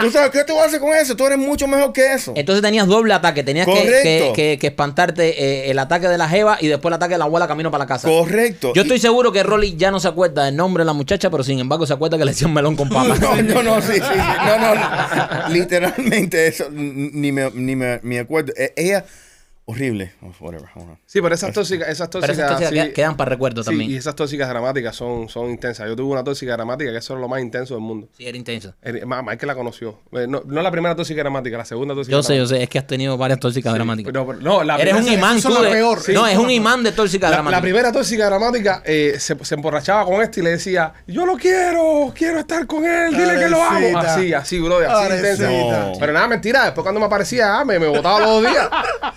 Speaker 4: ¿Tú sabes qué tú haces con eso? Tú eres mucho mejor que eso.
Speaker 2: Entonces tenías doble ataque. Tenías que, que,
Speaker 4: Correcto.
Speaker 2: que- que espantarte eh, el ataque de la jeva y después el ataque de la abuela camino para la casa.
Speaker 4: Correcto.
Speaker 2: Yo
Speaker 4: Y-
Speaker 2: estoy seguro que Rolly ya no se acuerda del nombre de la muchacha, pero sin embargo se acuerda que le decían melón con papa.
Speaker 4: No, no, no, sí, sí, sí. No, no, no. Literalmente eso, n- ni me, ni me, me acuerdo. E- ella, horrible. Oh, whatever, hold on.
Speaker 1: Sí, pero
Speaker 4: Este,
Speaker 1: esas tóxicas, esas
Speaker 2: Pero
Speaker 1: tóxicas.
Speaker 2: esas tóxicas
Speaker 1: sí,
Speaker 2: quedan- quedan para recuerdo
Speaker 1: sí,
Speaker 2: también.
Speaker 1: y esas tóxicas dramáticas son, son intensas. Yo tuve una tóxica dramática que eso era lo más intenso del mundo.
Speaker 2: Sí, era intenso.
Speaker 1: Eh, Ma- Michael la conoció. Eh, No, no la primera tóxica dramática, la segunda tóxica.
Speaker 2: Yo sé, yo
Speaker 1: dramática.
Speaker 2: sé, es que has tenido varias tóxicas
Speaker 1: Sí,
Speaker 2: dramáticas.
Speaker 1: pero- pero- no, la
Speaker 2: Eres
Speaker 1: primera-
Speaker 2: un imán,
Speaker 3: son
Speaker 2: tú.
Speaker 3: las
Speaker 2: de-
Speaker 3: peores.
Speaker 2: no,
Speaker 3: Sí,
Speaker 2: es
Speaker 3: son
Speaker 2: un
Speaker 3: las
Speaker 2: imán de tóxicas
Speaker 1: La,
Speaker 2: dramáticas.
Speaker 1: la primera tóxica dramática eh, se, se emborrachaba con este y le decía, yo lo quiero, quiero estar con él, dile que lo amo.
Speaker 3: Pobrecita.
Speaker 1: Así, así, brother, así intenso.
Speaker 4: Pobrecita. No.
Speaker 1: Pero nada, mentira, después cuando me aparecía, ah, me, me botaba los dos días.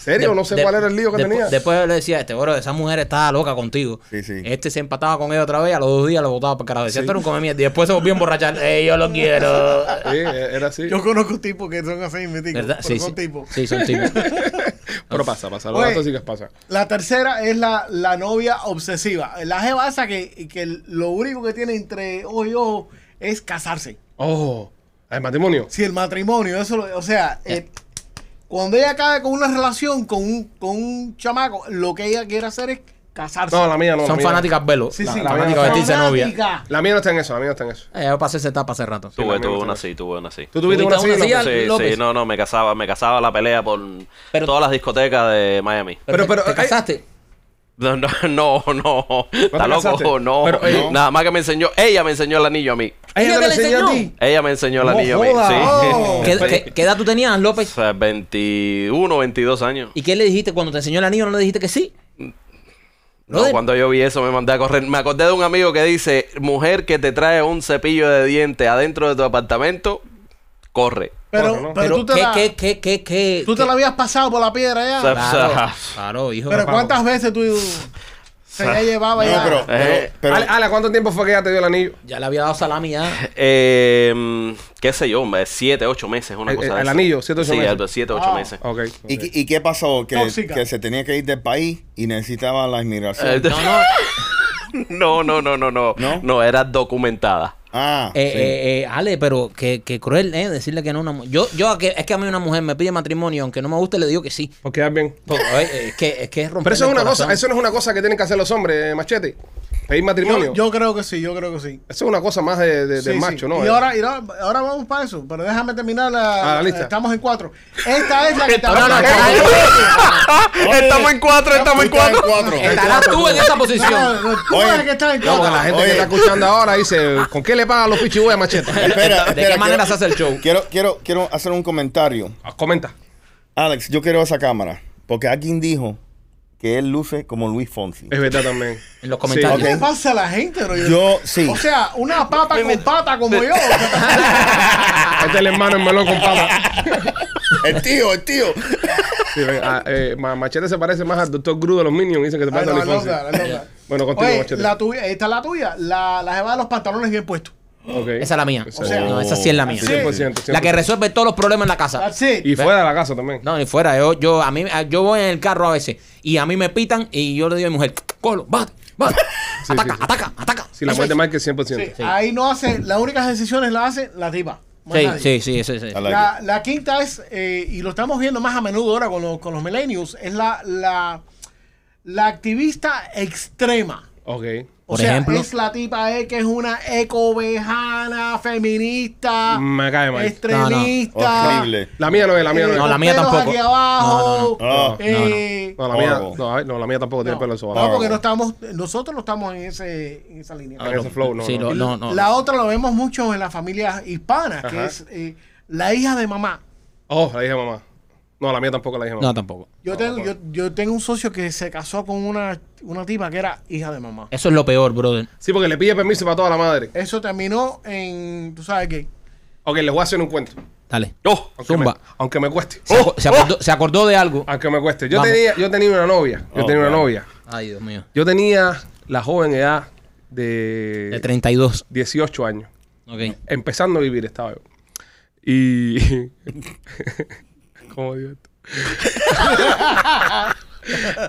Speaker 1: Serio,
Speaker 2: De-
Speaker 1: no sé
Speaker 2: de-
Speaker 1: cuál era el lío que
Speaker 2: despu-
Speaker 1: tenía.
Speaker 2: Después le decía, este, bro, esa mujer estaba loca contigo.
Speaker 4: Sí, sí.
Speaker 2: Este se empataba con ella otra vez, a los dos días lo botaba para carajo. Decía, "Tú eres un come mierda". Y después se volvió a emborrachar. "Ey, yo lo quiero.
Speaker 1: Sí, eh, era así.
Speaker 3: Yo conozco tipos que son así, me digo,
Speaker 2: ¿Verdad?
Speaker 3: pero
Speaker 2: Sí,
Speaker 3: son
Speaker 2: sí.
Speaker 3: tipos.
Speaker 2: Sí, son tipos.
Speaker 1: Pero pasa, pasa,
Speaker 3: Oye.
Speaker 1: las tóxicas pasan.
Speaker 3: La tercera es la, la novia obsesiva. La jeva esa que, que lo único que tiene entre ojo y ojo es casarse.
Speaker 1: Oh, el matrimonio.
Speaker 3: Si el matrimonio, eso lo- o sea, eh, cuando ella acaba con una relación con un, con un chamaco, lo que ella quiere hacer es casarse.
Speaker 1: No, la mía no. la
Speaker 2: Son
Speaker 1: mía.
Speaker 2: fanáticas velo.
Speaker 3: Sí,
Speaker 1: la-
Speaker 3: sí.
Speaker 1: la fanática
Speaker 2: de vestirse de novia.
Speaker 3: Fanática.
Speaker 1: La mía no está en eso, la mía no está en eso.
Speaker 2: Eh, yo pasé esa etapa hace rato.
Speaker 1: la
Speaker 5: Tuve,
Speaker 1: mía
Speaker 5: tuve
Speaker 1: no
Speaker 5: una
Speaker 1: sabe.
Speaker 5: así, tuve una así.
Speaker 1: ¿Tú tuviste
Speaker 2: ¿Tuviste
Speaker 1: una así?
Speaker 2: una así,
Speaker 1: López?
Speaker 2: Al-
Speaker 5: Sí,
Speaker 2: López.
Speaker 5: sí, no, no, me casaba, me casaba la pelea por
Speaker 2: Pero-
Speaker 5: todas las discotecas de Miami.
Speaker 2: Pero,
Speaker 1: Pero-
Speaker 2: te-
Speaker 1: pero,
Speaker 2: te,
Speaker 1: eh,
Speaker 2: casaste.
Speaker 5: No, no, no, no. Está
Speaker 1: casaste?
Speaker 5: loco, no.
Speaker 1: Pero, eh,
Speaker 5: Nada más que me enseñó, ella me enseñó el anillo a mí.
Speaker 1: ¿Ella te
Speaker 2: ¿Ella
Speaker 1: lo
Speaker 2: te la
Speaker 1: enseñó a
Speaker 2: enseñó?
Speaker 1: ti?
Speaker 5: Ella me enseñó el
Speaker 1: No
Speaker 5: anillo
Speaker 1: joda.
Speaker 5: a mí. Sí.
Speaker 1: Oh.
Speaker 2: ¿Qué, qué- qué edad tú tenías,
Speaker 5: O
Speaker 2: López?
Speaker 5: sea, 21, 22 años.
Speaker 2: ¿Y qué le dijiste cuando te enseñó el anillo? ¿No le dijiste que sí?
Speaker 5: No,
Speaker 2: Brother.
Speaker 5: cuando yo vi eso me mandé a correr. Me acordé de un amigo que dice, mujer que te trae un cepillo de diente adentro de tu apartamento, corre.
Speaker 3: Pero,
Speaker 1: Bueno, no.
Speaker 3: pero,
Speaker 2: Pero,
Speaker 3: tú te,
Speaker 2: ¿qué,
Speaker 3: la,
Speaker 2: qué, qué, qué, qué-
Speaker 3: tú te
Speaker 2: qué-
Speaker 3: la habías pasado por la piedra ya.
Speaker 5: O sea,
Speaker 2: Claro, claro, hijo.
Speaker 3: pero ¿cuántas veces tú se la llevaba
Speaker 4: No,
Speaker 3: ya?
Speaker 4: pero, pero,
Speaker 5: Eh,
Speaker 4: pero-
Speaker 1: Ale, Ale, ¿cuánto tiempo fue que ella te dio el anillo?
Speaker 2: Ya le había dado salami ya.
Speaker 5: Eh, mm, qué sé yo, hombre, siete, ocho meses, una
Speaker 1: El-
Speaker 5: cosa
Speaker 1: Eh, el-
Speaker 5: de
Speaker 1: el
Speaker 5: esa.
Speaker 1: anillo, siete, ocho
Speaker 5: Sí,
Speaker 1: meses.
Speaker 5: el- siete, ocho
Speaker 3: Wow.
Speaker 5: meses.
Speaker 1: Ok.
Speaker 4: ¿Y, qué- y qué pasó? Que,
Speaker 3: Tóxica.
Speaker 4: que se tenía que ir del país y necesitaba la inmigración.
Speaker 5: Eh,
Speaker 2: No, no.
Speaker 5: No, no, no, no, no.
Speaker 4: ¿No?
Speaker 5: No, era documentada.
Speaker 4: ah,
Speaker 2: Eh,
Speaker 4: sí.
Speaker 2: eh, eh, Ale, pero qué, qué cruel, ¿eh? Decirle que no a una mujer. Yo, yo, a que- es que a mí una mujer me pide matrimonio, aunque no me guste, le digo que sí.
Speaker 1: Porque quedar bien.
Speaker 2: Porque, oye, es que es, que es romper
Speaker 1: Pero eso es
Speaker 2: el
Speaker 1: una
Speaker 2: corazón.
Speaker 1: cosa, eso no es una cosa que tienen que hacer los hombres, eh, machete. Pedir matrimonio.
Speaker 3: yo, yo creo que sí, yo creo que sí.
Speaker 1: Eso es una cosa más de, de- de
Speaker 3: Sí, sí.
Speaker 1: macho, ¿no?
Speaker 3: Y ahora, y ahora, ahora vamos para eso, pero déjame terminar la,
Speaker 1: Ah, la lista.
Speaker 3: Estamos en cuatro. Esta es la que te
Speaker 2: No, no, no,
Speaker 3: hablaba-
Speaker 2: no, no, no.
Speaker 5: Estamos en cuatro, estamos en
Speaker 4: Estamos en
Speaker 5: cuatro.
Speaker 4: cuatro.
Speaker 2: Estarás tú en esa
Speaker 3: No,
Speaker 2: posición.
Speaker 3: no, tú
Speaker 4: Oye,
Speaker 3: eres el que está en
Speaker 1: No, porque Eh, la
Speaker 3: contra.
Speaker 1: gente
Speaker 4: Oye.
Speaker 1: que está escuchando ahora dice, ¿con qué le pagan los pichiboy a Machete?
Speaker 4: Espera,
Speaker 2: ¿De qué
Speaker 4: espera,
Speaker 2: manera se hace el show?
Speaker 4: Quiero, quiero, quiero hacer un comentario.
Speaker 1: Ah, Comenta.
Speaker 4: Alex, yo quiero esa cámara. Porque alguien dijo que él luce como Luis Fonsi.
Speaker 1: Es verdad también.
Speaker 2: En los
Speaker 3: ¿Qué
Speaker 2: comentarios.
Speaker 4: Ok.
Speaker 3: le pasa a la gente, bro?
Speaker 4: Yo, sí.
Speaker 3: O sea, una papa con pata como yo.
Speaker 1: Este es el hermano en melón con papa.
Speaker 4: El tío, el tío.
Speaker 1: Sí, ven, ah, eh, Ma- Machete se parece más al Dr. Gru de los Minions. Dicen que se
Speaker 3: Ay,
Speaker 1: parece
Speaker 3: no,
Speaker 1: a Luis
Speaker 3: no,
Speaker 1: Fonsi.
Speaker 3: no, no, no.
Speaker 1: Bueno, contigo,
Speaker 3: Oye,
Speaker 1: Machete.
Speaker 3: la tuya, esta es la tuya, la, la jeva de los pantalones bien puestos.
Speaker 1: Ok.
Speaker 2: Esa es la mía.
Speaker 1: Esa
Speaker 3: O sea,
Speaker 2: no, esa sí es la mía.
Speaker 3: sí.
Speaker 1: 100%,
Speaker 2: La que
Speaker 1: 100%.
Speaker 2: resuelve todos los problemas en la casa.
Speaker 3: That's it.
Speaker 1: Y fuera de la casa también.
Speaker 2: No, ni fuera. Yo, yo, a mí, yo voy en el carro a veces y a mí me pitan y yo le digo a mi mujer, colo, bate, bate.
Speaker 1: Sí,
Speaker 2: ataca,
Speaker 1: sí.
Speaker 2: ataca, ataca.
Speaker 1: Si la muerte de Mike es 100%.
Speaker 3: Sí, Ahí no hace, las únicas decisiones las hace la tipa. más
Speaker 2: Sí,
Speaker 3: nadie.
Speaker 2: sí, sí, sí, sí.
Speaker 4: A la-
Speaker 3: La, la quinta es, eh, y lo estamos viendo más a menudo ahora con, los- con los millennials, es la, la, la activista extrema.
Speaker 1: Ok.
Speaker 3: O
Speaker 2: Por
Speaker 3: sea,
Speaker 2: ejemplo.
Speaker 3: es la tipa eh, que es una ecovejana, feminista,
Speaker 1: Mm, Me cae mal.
Speaker 3: extremista.
Speaker 4: Horrible.
Speaker 1: La mía no es, la mía no
Speaker 3: eh,
Speaker 1: es. Ah,
Speaker 2: No, la
Speaker 3: con
Speaker 2: mía
Speaker 3: pelos
Speaker 2: tampoco.
Speaker 3: aquí abajo,
Speaker 4: No, no, no.
Speaker 3: eh,
Speaker 1: No, la mía,
Speaker 2: Oh.
Speaker 4: Horrible.
Speaker 1: no, ay, no, la mía tampoco tiene
Speaker 3: no.
Speaker 1: pelo en su
Speaker 3: No,
Speaker 1: barba.
Speaker 3: porque no estamos, nosotros no estamos en, ese, en esa línea.
Speaker 1: Ah, en ese flow, no.
Speaker 2: Sí,
Speaker 1: no.
Speaker 2: lo- no, no.
Speaker 3: La otra lo vemos mucho en las familias hispanas, que
Speaker 1: Ajá.
Speaker 3: es eh, la hija de mamá.
Speaker 1: Oh, la dije a mamá. No, la mía tampoco la dije a mamá.
Speaker 2: No, tampoco.
Speaker 3: Yo, tengo, yo, yo tengo un socio que se casó con una, una tipa que era hija de mamá.
Speaker 2: Eso es lo peor, brother.
Speaker 1: Sí, porque le pide permiso para toda la madre.
Speaker 3: Eso terminó en, tú sabes qué,
Speaker 1: Ok, les voy a hacer un cuento.
Speaker 2: Dale.
Speaker 5: Oh,
Speaker 1: Aunque
Speaker 2: Zumba.
Speaker 1: Me, aunque me cueste.
Speaker 2: Se, aco- se
Speaker 1: ¡Oh!
Speaker 2: acordó, se acordó de algo.
Speaker 1: Aunque me cueste. Yo
Speaker 2: Vamos.
Speaker 1: tenía, yo tenía una novia. Yo
Speaker 4: Oh,
Speaker 1: tenía una
Speaker 4: claro.
Speaker 1: novia.
Speaker 2: Ay, Dios mío.
Speaker 1: Yo tenía la joven edad de,
Speaker 2: De 32.
Speaker 1: 18 años.
Speaker 2: Ok.
Speaker 1: Empezando a vivir estaba yo. Y... ¿Cómo digo esto?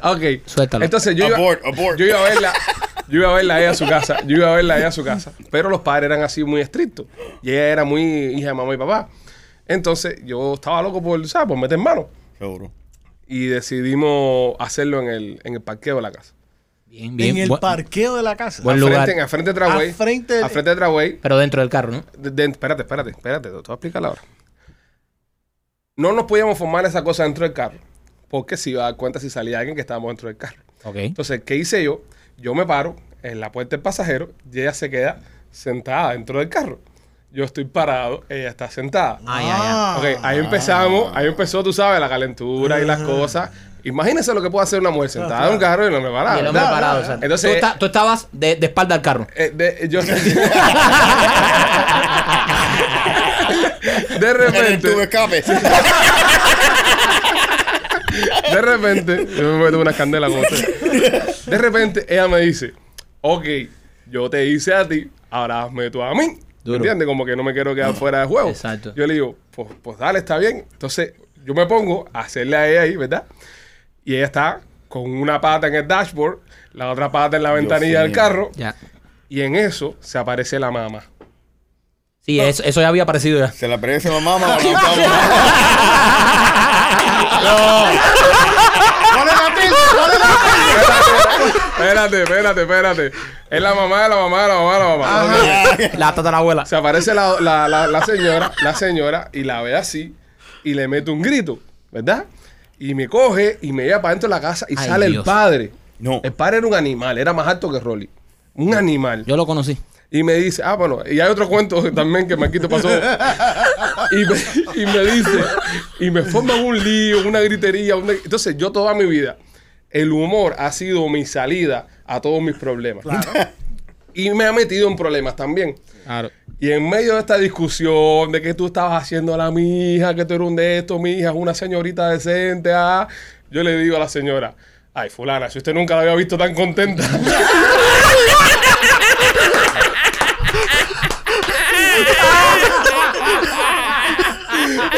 Speaker 1: ok.
Speaker 2: Suéltalo.
Speaker 1: Entonces yo iba,
Speaker 4: Abort, abort.
Speaker 1: yo iba a verla. Yo iba a verla a ella a su casa. Yo iba a verla a ella a su casa. Pero los padres eran así muy estrictos. Y ella era muy hija de mamá y papá. Entonces yo estaba loco por, ¿sabes? Por meter mano.
Speaker 4: Seguro.
Speaker 1: Y decidimos hacerlo en el, en el parqueo de la casa.
Speaker 2: Bien, bien.
Speaker 3: en el
Speaker 2: Bu-
Speaker 3: parqueo de la casa.
Speaker 2: Buen
Speaker 1: al
Speaker 2: lugar.
Speaker 1: Frente, al frente de Traway.
Speaker 3: Al frente de-
Speaker 1: al frente de Traway.
Speaker 2: Pero dentro del carro, ¿no?
Speaker 1: de- de- espérate, espérate, espérate. Te voy a explicar ahora. No nos podíamos formar esa cosa dentro del carro. Porque si iba a dar cuenta si salía alguien que estábamos dentro del carro.
Speaker 2: Ok.
Speaker 1: Entonces, ¿qué hice yo? Yo me paro en la puerta del pasajero y ella se queda sentada dentro del carro. Yo estoy parado, ella está sentada.
Speaker 2: Ay, ay,
Speaker 1: Ok, ahí empezamos, ahí empezó, tú sabes, la calentura y las cosas. Imagínense lo que puede hacer una mujer sentada en un carro y no me
Speaker 2: ay. Y el hombre
Speaker 1: parada.
Speaker 2: parado. o sea,
Speaker 1: Entonces-
Speaker 2: tú, esta- tú estabas de, de espalda al carro.
Speaker 1: Eh, de, yo- de
Speaker 4: En
Speaker 1: repente,
Speaker 4: tu escape.
Speaker 1: de repente, yo me meto una candela con usted. De repente, ella me dice, ok, yo te hice a ti, ahora hazme tú a mí.
Speaker 2: Duro.
Speaker 1: ¿Entiendes? Como que no me quiero quedar fuera de juego.
Speaker 2: Exacto.
Speaker 1: Yo le digo, pues, pues dale, está bien. Entonces, yo me pongo a hacerle a ella ahí, ¿verdad? Y ella está con una pata en el dashboard, la otra pata en la ventanilla del
Speaker 4: mío.
Speaker 1: carro.
Speaker 2: Ya.
Speaker 1: Y en eso se aparece la mamá.
Speaker 2: Sí, eso, eso ya había aparecido ya.
Speaker 4: Se la perece la mamá. la mamá.
Speaker 1: Espérate, espérate, espérate. Es la mamá de la mamá de la mamá de la mamá.
Speaker 2: La tata la abuela.
Speaker 1: Se aparece la, la- la- la señora, la señora, y la ve así, y le mete un grito, ¿verdad? Y me coge y me lleva para dentro de la casa y
Speaker 2: Ay,
Speaker 1: sale
Speaker 2: Dios.
Speaker 1: el padre.
Speaker 4: No.
Speaker 1: El padre era un animal, era más alto que Rolly. Un animal.
Speaker 2: Yo lo conocí.
Speaker 1: Y me dice, ah, bueno, y hay otro cuento también que Marquito pasó. y, me, y me dice, y me forman un lío, una gritería. una- Entonces, yo toda mi vida, el humor ha sido mi salida a todos mis problemas. y me ha metido en problemas también.
Speaker 2: Claro.
Speaker 1: Y en medio de esta discusión de que tú estabas haciendo a la mija, que tú eres un de estos, mija, es una señorita decente, ah, yo le digo a la señora, ay, fulana, si usted nunca la había visto tan contenta.
Speaker 3: Ah.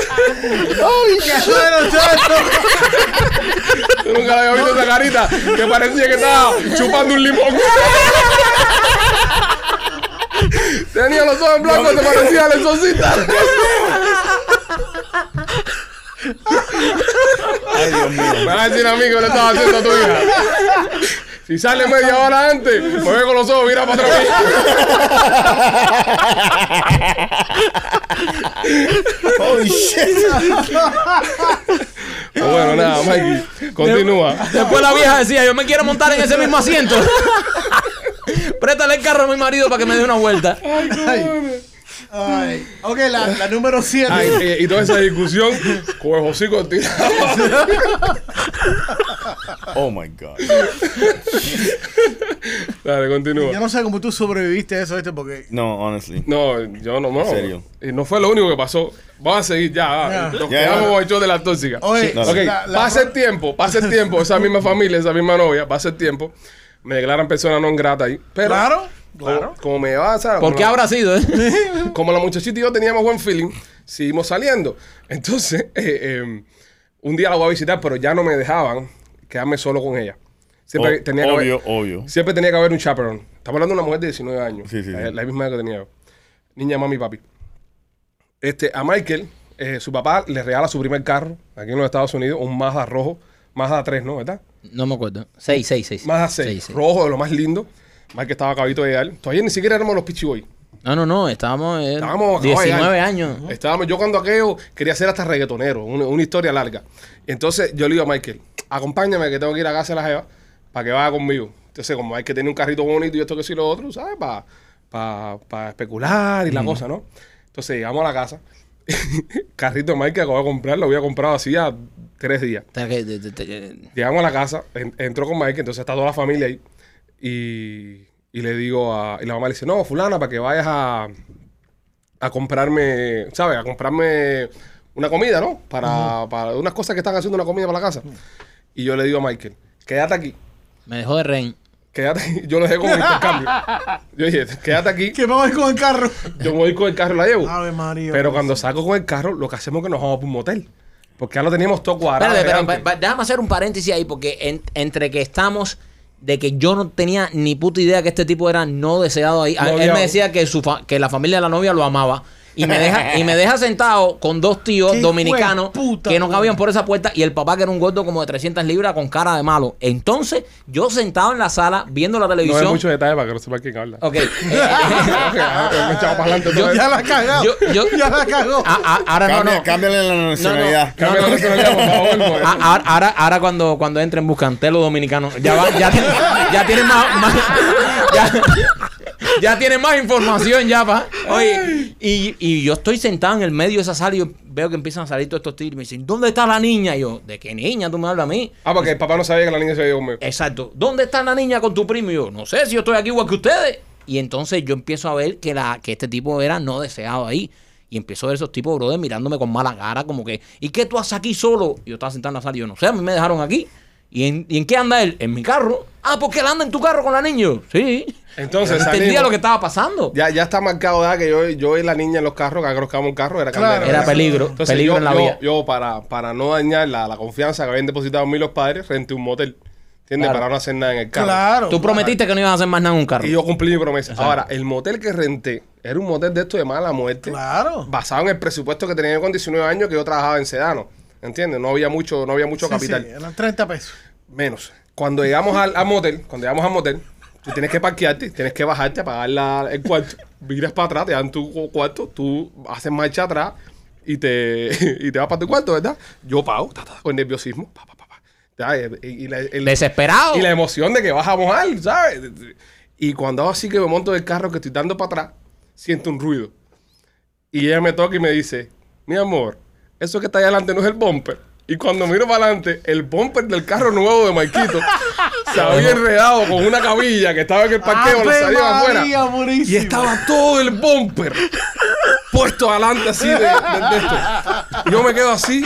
Speaker 1: Tú nunca la había visto esa carita que parecía que estaba chupando un limón. Tenía los ojos en blanco, te parecía a la exorcista.
Speaker 4: Ay, Dios mío.
Speaker 1: Me vas a decir a mí que le estaba haciendo a tu hija. Si sale media hora antes, me ve con los ojos, mira para atrás.
Speaker 4: Holy shit.
Speaker 1: Pero bueno, nada, Mikey, continúa.
Speaker 2: Después la vieja decía, yo me quiero montar en ese mismo asiento. Préstale el carro a mi marido para que me dé una vuelta.
Speaker 3: Ay. Ay. Ok, la, la número 7.
Speaker 1: Ay, eh, y toda esa discusión con el hocico tirado.
Speaker 4: Oh my God.
Speaker 1: Dale,
Speaker 3: Yo
Speaker 1: continúa.
Speaker 3: no sé cómo tú sobreviviste a eso, este, porque.
Speaker 4: No, honestly.
Speaker 1: No, yo no, no.
Speaker 4: serio.
Speaker 1: Y no fue lo único que pasó. Vamos a seguir ya. va.
Speaker 3: Ya.
Speaker 1: Nos
Speaker 4: Ya,
Speaker 1: quedamos
Speaker 4: ya.
Speaker 1: con el show de la tóxica.
Speaker 3: Oye,
Speaker 4: Sí,
Speaker 1: Ok,
Speaker 3: la- la-
Speaker 1: pasa el tiempo, pasa el tiempo. Esa misma familia, esa misma novia, pasa el tiempo. Me declaran persona no grata ahí. Pero,
Speaker 3: Claro,
Speaker 1: como-
Speaker 3: claro.
Speaker 1: Como, me va a
Speaker 2: ¿Por qué habrá sido, eh?
Speaker 1: como la muchachita y yo teníamos buen feeling, seguimos saliendo. Entonces, eh, eh, un día la voy a visitar, pero ya no me dejaban quedarme solo con ella. Siempre
Speaker 4: O-
Speaker 1: tenía que
Speaker 4: obvio,
Speaker 1: haber,
Speaker 4: obvio.
Speaker 1: Siempre tenía que haber un chaperón. Estamos hablando de una mujer de 19 años.
Speaker 4: Sí, sí,
Speaker 1: la,
Speaker 4: sí.
Speaker 1: la misma que tenía yo. Niña, mami, papi. Este, a Michael, eh, su papá le regala su primer carro aquí en los Estados Unidos, un Mazda rojo. Mazda 3, ¿no? ¿Verdad?
Speaker 2: No me acuerdo. 6, 6, 6.
Speaker 1: Mazda 6. Rojo, de lo más lindo. Michael estaba acabito de llegar. Todavía ni siquiera éramos los Pichiboy.
Speaker 2: No, no, no, estábamos, eh,
Speaker 1: Estábamos
Speaker 2: 19
Speaker 1: oye,
Speaker 2: años.
Speaker 1: Estábamos, yo cuando aquello quería ser hasta reggaetonero, una, una historia larga. Entonces yo le digo a Michael, acompáñame que tengo que ir a casa de la Jeva para que vaya conmigo. Entonces, como hay que tener un carrito bonito y esto que sí lo otro, ¿sabes? Para especular y la cosa, ¿no? Entonces llegamos a la casa. carrito de Michael que acabo de comprar, lo había comprado hacía tres días.
Speaker 2: O sea, que- te- te- te-
Speaker 1: Llegamos a la casa, en- entró con Mike, entonces está toda la familia ahí. Y, y le digo a. Y la mamá le dice: No, Fulana, para que vayas a. A comprarme, ¿sabes? A comprarme una comida, ¿no? Para, para unas cosas que están haciendo una comida para la casa. Y yo le digo a Michael: Quédate aquí.
Speaker 2: Me dejó de rehén.
Speaker 1: Quédate aquí. Yo lo dejé con el intercambio. Yo dije: Quédate aquí.
Speaker 3: que vamos a ir con el carro.
Speaker 1: Yo me voy con el carro y la llevo.
Speaker 3: Ave María.
Speaker 1: Pero cuando salgo con el carro, lo que hacemos es que nos vamos para un motel. Porque ya lo teníamos todo cuadrado.
Speaker 2: Espérate, pero,
Speaker 1: de antes.
Speaker 2: pa- pa- déjame hacer un paréntesis ahí, porque en- entre que estamos de que yo no tenía ni puta idea que este tipo era no deseado ahí. A-
Speaker 1: No
Speaker 2: Él
Speaker 1: odiado.
Speaker 2: me decía que, su fa- que la familia de la novia lo amaba. Y me deja, y me deja sentado con dos tíos
Speaker 3: Qué
Speaker 2: dominicanos
Speaker 3: hijueputa,
Speaker 2: que no cabían
Speaker 3: güey.
Speaker 2: por esa puerta y el papá que era un gordo como de 300 libras con cara de malo. Entonces, yo sentado en la sala viendo la
Speaker 1: No hay
Speaker 2: televisión.
Speaker 1: mucho detalle para que no sepa quién habla.
Speaker 2: Ok. eh,
Speaker 1: Me echaba para adelante todo
Speaker 3: Ya
Speaker 1: eso.
Speaker 3: la cagó.
Speaker 2: Yo- yo-
Speaker 3: ya la cagó.
Speaker 2: Ah, ah, ahora no, no.
Speaker 4: Cámbiale, cámbiale la nacionalidad.
Speaker 1: Cambia la personalidad, por favor. porque-
Speaker 2: Ah, Ahora, ahora, ahora cuando, cuando entren buscan telo dominicano, ya, va- ya, tienen- ya tienen más, más- ya, ya tienen más información ya va. Oye, y, y yo estoy sentado en el medio de esa sala y yo veo que empiezan a salir todos estos tiros y me dicen, ¿dónde está la niña? Y yo, ¿de qué niña tú me hablas a mí?
Speaker 1: Ah, porque el papá no sabía que la niña se había ido conmigo.
Speaker 2: Exacto. ¿Dónde está la niña con tu primo? Y yo, no sé si yo estoy aquí igual que ustedes. Y entonces yo empiezo a ver que, la, que este tipo era no deseado ahí. Y empiezo a ver esos tipos, brother, mirándome con mala cara, como que, ¿y qué tú haces aquí solo? Y yo estaba sentado en la sala y yo, no sé, a mí me dejaron aquí. ¿Y en, ¿y en qué anda él? En mi carro. Ah, porque él anda en tu carro con la niña. Yo, Sí.
Speaker 1: Entonces,
Speaker 2: Yo no entendía
Speaker 1: salimos.
Speaker 2: lo que estaba pasando.
Speaker 1: Ya, ya está marcado ya que yo, yo y la niña en los carros, que agarramos un carro, era
Speaker 3: Claro.
Speaker 1: candela.
Speaker 2: Era peligro,
Speaker 1: Entonces,
Speaker 2: peligro
Speaker 1: yo,
Speaker 2: en la
Speaker 1: yo-
Speaker 2: vía.
Speaker 1: yo para, para no dañar la, la confianza que habían depositado en mí los padres, renté un motel. ¿Entiendes?
Speaker 2: Claro.
Speaker 1: Para no hacer nada en el carro.
Speaker 3: Claro.
Speaker 2: Tú prometiste que no ibas a hacer más nada en un carro.
Speaker 1: Y yo cumplí mi promesa. Ahora, el motel que renté era un motel de esto de mala muerte.
Speaker 3: Claro.
Speaker 1: Basado en el presupuesto que tenía yo con 19 años que yo trabajaba en Sedano. ¿Entiendes? No había mucho, no había mucho
Speaker 3: Sí,
Speaker 1: capital.
Speaker 3: sí, eran 30 pesos.
Speaker 1: Menos. Cuando llegamos al, al motel, cuando llegamos al motel, tú tienes que parquearte, tienes que bajarte, apagar la- el cuarto, miras para atrás, te dan tu cu- cuarto, tú haces marcha atrás y te, y te vas para tu cuarto, ¿verdad? Yo pago, ta, ta, con nerviosismo, pa, pa, pa, pa. Ya, eh, Y, y la, el-
Speaker 2: Desesperado.
Speaker 1: y la emoción de que vas a mojar, ¿sabes? Y cuando hago así que me monto del carro que estoy dando para atrás, siento un ruido. Y ella me toca y me dice, mi amor, eso que está ahí adelante no es el bumper. Y cuando miro para adelante, el bumper del carro nuevo de Marquito se había enredado con una cabilla que estaba en el parqueo, lo
Speaker 3: Ave
Speaker 1: salió afuera.
Speaker 3: María,
Speaker 1: Y
Speaker 3: purísima.
Speaker 1: estaba todo el bumper puesto adelante así de, de- de esto. Y Yo me quedo así,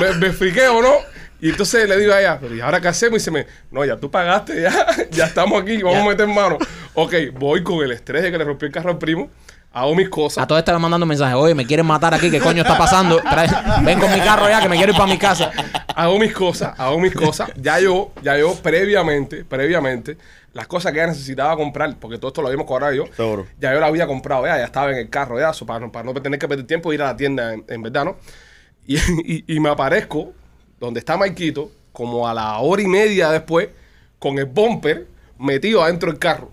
Speaker 1: me, me friqueo, ¿no? Y entonces le digo a ella, pero ¿y ahora qué hacemos? Y se me, no, ya tú pagaste, ya, ya estamos aquí, vamos a meter mano. Ok, voy con el estrés de que le rompí el carro al primo, hago mis cosas.
Speaker 2: A todo esto le mandando mensajes. Oye, me quieren matar aquí. ¿Qué coño está pasando? Trae- ven con mi carro ya que me quiero ir para mi casa.
Speaker 1: hago mis cosas, hago mis cosas. Ya yo, ya yo previamente, previamente, las cosas que ella necesitaba comprar, porque todo esto lo habíamos cobrado yo.
Speaker 4: Seguro.
Speaker 1: Ya yo la había comprado, ya, ya estaba en el carro, ya, so, para, no- para no tener que perder tiempo ir a la tienda, en, en verdad, ¿no? Y, y- y me aparezco donde está Marquito, como a la hora y media después, con el bumper metido adentro del carro.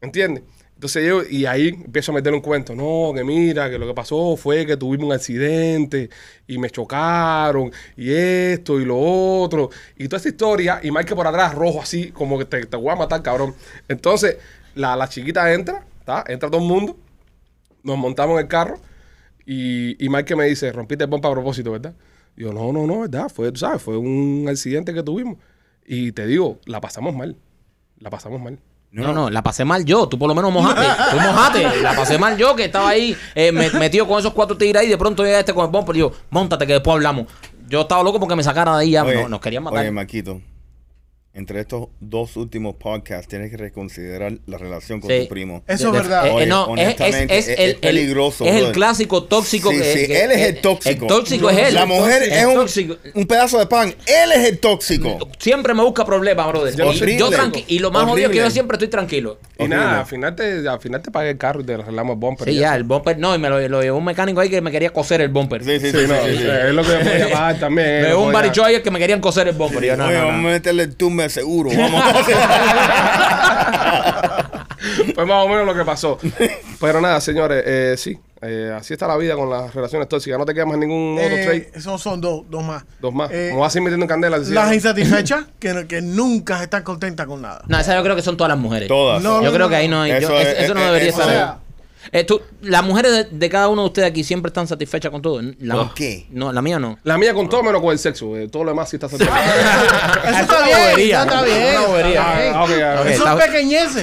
Speaker 1: ¿Entiendes? Entonces yo, y ahí empiezo a meter un cuento, no, que mira, que lo que pasó fue que tuvimos un accidente y me chocaron y esto y lo otro, y toda esta historia, y Mike por atrás, rojo así, como que te, te voy a matar, cabrón. Entonces la, la chiquita entra, ¿tá? entra todo el mundo, nos montamos en el carro y, y Mike me dice, rompiste el bomba a propósito, ¿verdad? Y yo, no, no, no, ¿verdad? Fue, tú sabes, fue un accidente que tuvimos. Y te digo, la pasamos mal, la pasamos mal.
Speaker 2: No, no, la pasé mal yo. Tú por lo menos mojate. Tú mojate. La pasé mal yo que estaba ahí eh, me- metido con esos cuatro tigres ahí. De pronto llega este con el bumper y yo, montate que después hablamos. Yo estaba loco porque me sacaran de ahí ya.
Speaker 4: Oye,
Speaker 2: no, nos querían matar.
Speaker 4: Oye, Maquito, entre estos dos últimos podcasts tienes que reconsiderar la relación con
Speaker 2: Sí.
Speaker 4: tu primo.
Speaker 3: Eso es
Speaker 2: De- de-
Speaker 3: verdad.
Speaker 2: eh, eh, no, es, es-
Speaker 4: honestamente,
Speaker 2: es
Speaker 4: es-
Speaker 2: el,
Speaker 4: es peligroso,
Speaker 2: Es el
Speaker 4: brother.
Speaker 2: clásico tóxico.
Speaker 4: Sí,
Speaker 2: que-
Speaker 4: sí,
Speaker 2: que-
Speaker 4: él es el
Speaker 2: El
Speaker 4: tóxico.
Speaker 2: tóxico es él.
Speaker 4: La mujer
Speaker 2: El
Speaker 4: es
Speaker 2: tóxico.
Speaker 4: un, un pedazo de pan. Él es el tóxico.
Speaker 2: Siempre me busca problemas, brother.
Speaker 1: Yo
Speaker 2: y,
Speaker 1: soy
Speaker 2: yo
Speaker 4: horrible.
Speaker 2: tranqui- y lo más jodido es que
Speaker 4: Horrible.
Speaker 2: yo siempre estoy tranquilo.
Speaker 1: Y
Speaker 4: Horrible.
Speaker 1: nada, al final, te, al final te pagué el carro y te arreglamos el bumper.
Speaker 2: Sí,
Speaker 1: y
Speaker 2: ya,
Speaker 1: eso.
Speaker 2: el bumper. No, y me lo, lo llevó un mecánico ahí que me quería coser el bumper.
Speaker 4: Sí, sí, sí.
Speaker 1: Sí, no, eh,
Speaker 4: sí, sí.
Speaker 1: Es lo que me podía pagar también.
Speaker 2: me
Speaker 1: no
Speaker 2: llevó un
Speaker 1: podía-
Speaker 2: baricho ahí que me querían coser el bumper. Y yo, no,
Speaker 4: Oye,
Speaker 2: no, no.
Speaker 4: vamos a meterle el tumbe de seguro. Vamos.
Speaker 1: Fue más o menos lo que pasó. Pero nada, señores, eh, sí. eh, así está la vida con las relaciones tóxicas. No te quedas en ningún otro trade.
Speaker 3: Eh, esos son dos, dos más.
Speaker 1: Dos más.
Speaker 3: Eh,
Speaker 1: Como vas a ir metiendo en candela. así,
Speaker 3: las
Speaker 1: ¿no?
Speaker 3: insatisfechas que, que nunca están contentas con nada.
Speaker 2: No, esa yo creo que son todas las mujeres.
Speaker 4: Todas.
Speaker 3: No,
Speaker 2: Yo creo que ahí no hay. yo-
Speaker 4: Eso
Speaker 2: es- Eso,
Speaker 4: es-
Speaker 2: no
Speaker 4: es-
Speaker 2: debería
Speaker 4: eso
Speaker 2: estar.
Speaker 3: es-
Speaker 2: ahí. Eh, tú- las mujeres de, de cada uno de ustedes aquí siempre están satisfechas con todo. La,
Speaker 4: ¿Por qué?
Speaker 2: No, la mía no.
Speaker 1: La mía con todo menos con el sexo. eh, todo lo demás sí está satisfecho.
Speaker 2: es
Speaker 3: Eso
Speaker 2: una
Speaker 3: está bien,
Speaker 2: bobería.
Speaker 3: eso está bien.
Speaker 2: Es una bobería.
Speaker 3: está bien.
Speaker 1: Ah, ok, ah, ok.
Speaker 2: Ok.
Speaker 3: Eso
Speaker 2: está-
Speaker 3: es pequeñeces.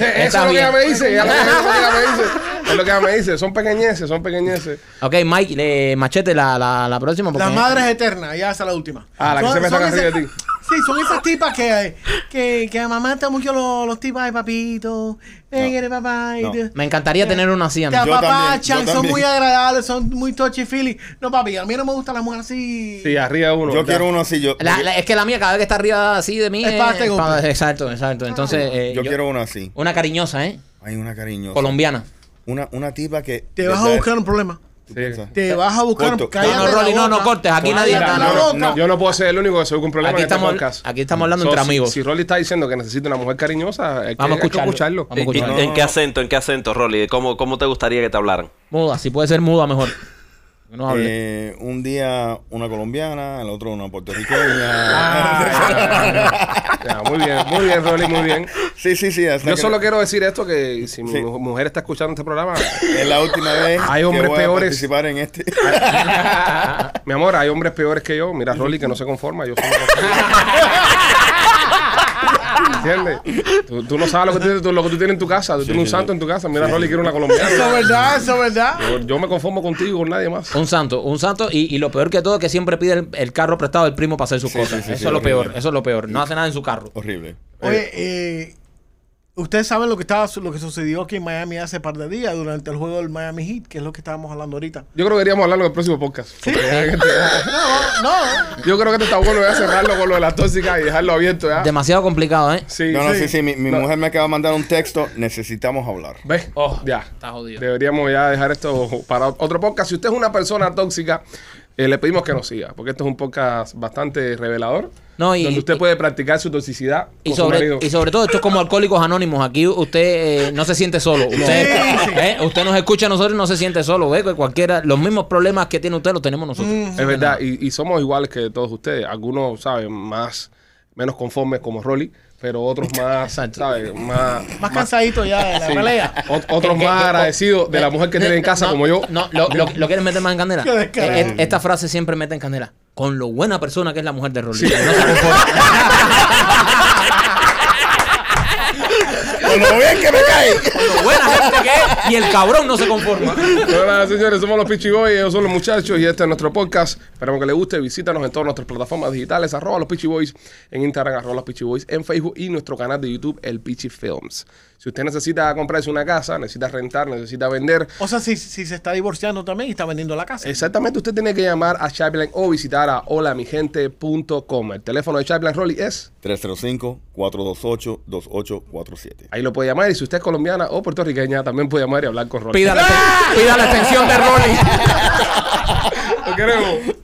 Speaker 1: Eh, Eso
Speaker 2: Está
Speaker 1: es lo que ella
Speaker 2: bien.
Speaker 1: me dice. ella- Eso es lo que ella me dice. Es lo que ella me dice. Son pequeñeces, son pequeñeces.
Speaker 2: Ok, Mike, le- machete la, la, la próxima. porque-
Speaker 3: La madre es eterna, ya esa es la última.
Speaker 1: Ah, la que
Speaker 3: Son-
Speaker 1: siempre
Speaker 3: son
Speaker 1: están
Speaker 3: esas-
Speaker 1: arriba de ti.
Speaker 3: Sí, son esas tipas que, eh, que, que amamantan mucho los, los tipas de papito. Eh, eres papá. y
Speaker 4: No.
Speaker 3: te-
Speaker 2: Me encantaría tener una así. a
Speaker 3: Te
Speaker 2: mí.
Speaker 4: Yo también,
Speaker 3: apapachan,
Speaker 4: yo
Speaker 3: son
Speaker 4: también.
Speaker 3: muy agradables, son muy touchy feely. No, papi, a mí no me gusta la mujer así.
Speaker 1: Sí, arriba uno.
Speaker 4: Yo
Speaker 1: ¿verdad?
Speaker 4: quiero uno así. Yo,
Speaker 2: La- la- es que la mía cada vez que está arriba así de mí. eh,
Speaker 3: Es para darte golpe.
Speaker 2: para- exacto, exacto. Entonces, eh,
Speaker 4: yo
Speaker 2: yo-
Speaker 4: quiero uno así.
Speaker 2: una cariñosa, ¿eh?
Speaker 4: Hay una cariñosa.
Speaker 2: Colombiana.
Speaker 4: Una, una tipa que.
Speaker 3: Te vas a
Speaker 4: ¿verdad?
Speaker 3: buscar un problema.
Speaker 4: ¿Tú
Speaker 1: Sí.
Speaker 4: piensas?
Speaker 3: Te vas a buscar
Speaker 4: Corto.
Speaker 3: un cállate
Speaker 2: No, no,
Speaker 3: la
Speaker 2: Rolly, no, no
Speaker 3: boca.
Speaker 2: cortes, aquí nadie
Speaker 3: Cállate
Speaker 2: está-
Speaker 3: la
Speaker 1: no,
Speaker 3: boca.
Speaker 4: no,
Speaker 1: Yo no puedo ser el único que se busca un problema
Speaker 2: Aquí
Speaker 1: en este
Speaker 2: estamos-
Speaker 1: podcast. Mm.
Speaker 2: aquí estamos hablando entre
Speaker 1: si-
Speaker 2: amigos.
Speaker 1: Si Rolly está diciendo que necesita una mujer cariñosa, eh,
Speaker 2: Vamos a
Speaker 1: que- hay que
Speaker 2: escucharlo.
Speaker 1: escucharlo.
Speaker 2: Vamos a
Speaker 5: ¿Y- y-
Speaker 2: escucharlo.
Speaker 5: ¿En qué acento, en qué acento, Rolly? ¿Cómo, ¿Cómo te gustaría que te hablaran?
Speaker 2: Muda, si puede ser muda, mejor. Que No hable.
Speaker 4: Eh, un día una colombiana, el otro una
Speaker 1: Ah,
Speaker 4: puertorriqueña.
Speaker 1: Ya, muy bien, muy bien, Rolly, muy bien.
Speaker 4: sí, sí, sí. hasta
Speaker 1: Yo
Speaker 4: que-
Speaker 1: solo quiero decir esto, que si mi
Speaker 4: Sí.
Speaker 1: mu- mujer está escuchando este programa,
Speaker 4: Es la última vez
Speaker 1: Hay hombres
Speaker 4: que voy
Speaker 1: peores.
Speaker 4: a participar en este.
Speaker 1: mi amor, hay hombres peores que yo. Mira, Rolly, que no se conforma, yo solo ¿Entiendes? Tú, tú no sabes lo que, tú, tú- lo que tú tienes en tu casa. Tú tienes un santo en tu casa. Mira, Rolly, quiere una
Speaker 3: Eso es
Speaker 1: colombiana.
Speaker 3: verdad, eso es verdad.
Speaker 1: Yo, yo me conformo contigo, con nadie más.
Speaker 2: Un santo, un santo y, y lo peor que todo es que siempre pide el, el carro prestado del primo para hacer sus
Speaker 4: Sí,
Speaker 2: cosas.
Speaker 4: sí, sí,
Speaker 2: eso
Speaker 4: sí,
Speaker 2: es lo
Speaker 4: horrible.
Speaker 2: peor, eso es lo peor. No hace nada en su carro.
Speaker 4: Horrible.
Speaker 3: Oye, eh, ustedes saben lo que estaba, lo que sucedió aquí en Miami hace par de días durante el juego del Miami Heat, que es lo que estábamos hablando ahorita.
Speaker 1: Yo creo que deberíamos hablarlo en el próximo podcast. porque-
Speaker 3: No, no.
Speaker 1: Yo creo que este está bueno. Voy a cerrarlo con lo de las tóxicas y dejarlo abierto ya.
Speaker 2: Demasiado complicado, ¿eh?
Speaker 1: Sí,
Speaker 4: No, no, sí, sí. Mi, mi
Speaker 1: No.
Speaker 4: mujer me acaba de mandar un texto. Necesitamos hablar.
Speaker 1: ¿Ves?
Speaker 2: Oh,
Speaker 1: ya.
Speaker 2: está jodido.
Speaker 1: Deberíamos ya dejar esto para otro podcast. Si usted es una persona tóxica, eh, le pedimos que nos siga, porque esto es un podcast bastante revelador.
Speaker 2: No, y-
Speaker 1: donde usted
Speaker 2: y-
Speaker 1: puede practicar su toxicidad
Speaker 2: Y
Speaker 1: con su
Speaker 2: sobre,
Speaker 1: marido.
Speaker 2: y sobre todo, esto es como Alcohólicos Anónimos. Aquí usted eh, no se siente solo. Usted,
Speaker 3: Sí, sí.
Speaker 2: ¿eh? usted nos escucha a nosotros y no se siente solo. ¿ve? Que Cualquiera, los mismos problemas que tiene usted los tenemos nosotros.
Speaker 1: Es verdad, y, y somos iguales que todos ustedes. Algunos, ¿saben? Más, menos conformes como Rolly, pero otros más,
Speaker 2: Exacto.
Speaker 1: ¿saben? Más,
Speaker 3: Más cansadito ya de la
Speaker 1: sí.
Speaker 3: pelea.
Speaker 1: Ot- otros
Speaker 2: Que- que-
Speaker 1: más agradecidos de la mujer que
Speaker 2: No,
Speaker 1: tiene en casa
Speaker 2: no,
Speaker 1: como yo.
Speaker 2: No, lo, lo- lo quieren meter más en candela.
Speaker 3: Qué descarado.
Speaker 2: Eh, eh, esta frase siempre mete en candela. Con lo buena persona que es la mujer de Rolly.
Speaker 1: Sí.
Speaker 2: No se conforma.
Speaker 4: Con lo bien que me cae.
Speaker 2: Lo buena gente que es y el cabrón no se conforma.
Speaker 1: Bueno, nada, señores, somos los Pichi Boys, ellos son los muchachos y este es nuestro podcast. Esperamos que les guste. Visítanos en todas nuestras plataformas digitales, arroba los Pichi Boys en Instagram, arroba los Pichi Boys en Facebook y nuestro canal de YouTube, el Pichi Films. Si usted necesita comprarse una casa, necesita rentar, necesita vender,
Speaker 3: O sea, si, si se está divorciando también y está vendiendo la casa.
Speaker 1: exactamente usted tiene que llamar a Chapline o visitar a holamigente.com. El teléfono de Chapline Rolly es.
Speaker 4: 305-428-2847.
Speaker 1: Ahí lo puede llamar y si usted es colombiana o puertorriqueña, también puede llamar y hablar con Rolly.
Speaker 2: Pida la, pida la extensión de Rolly.
Speaker 1: Lo queremos.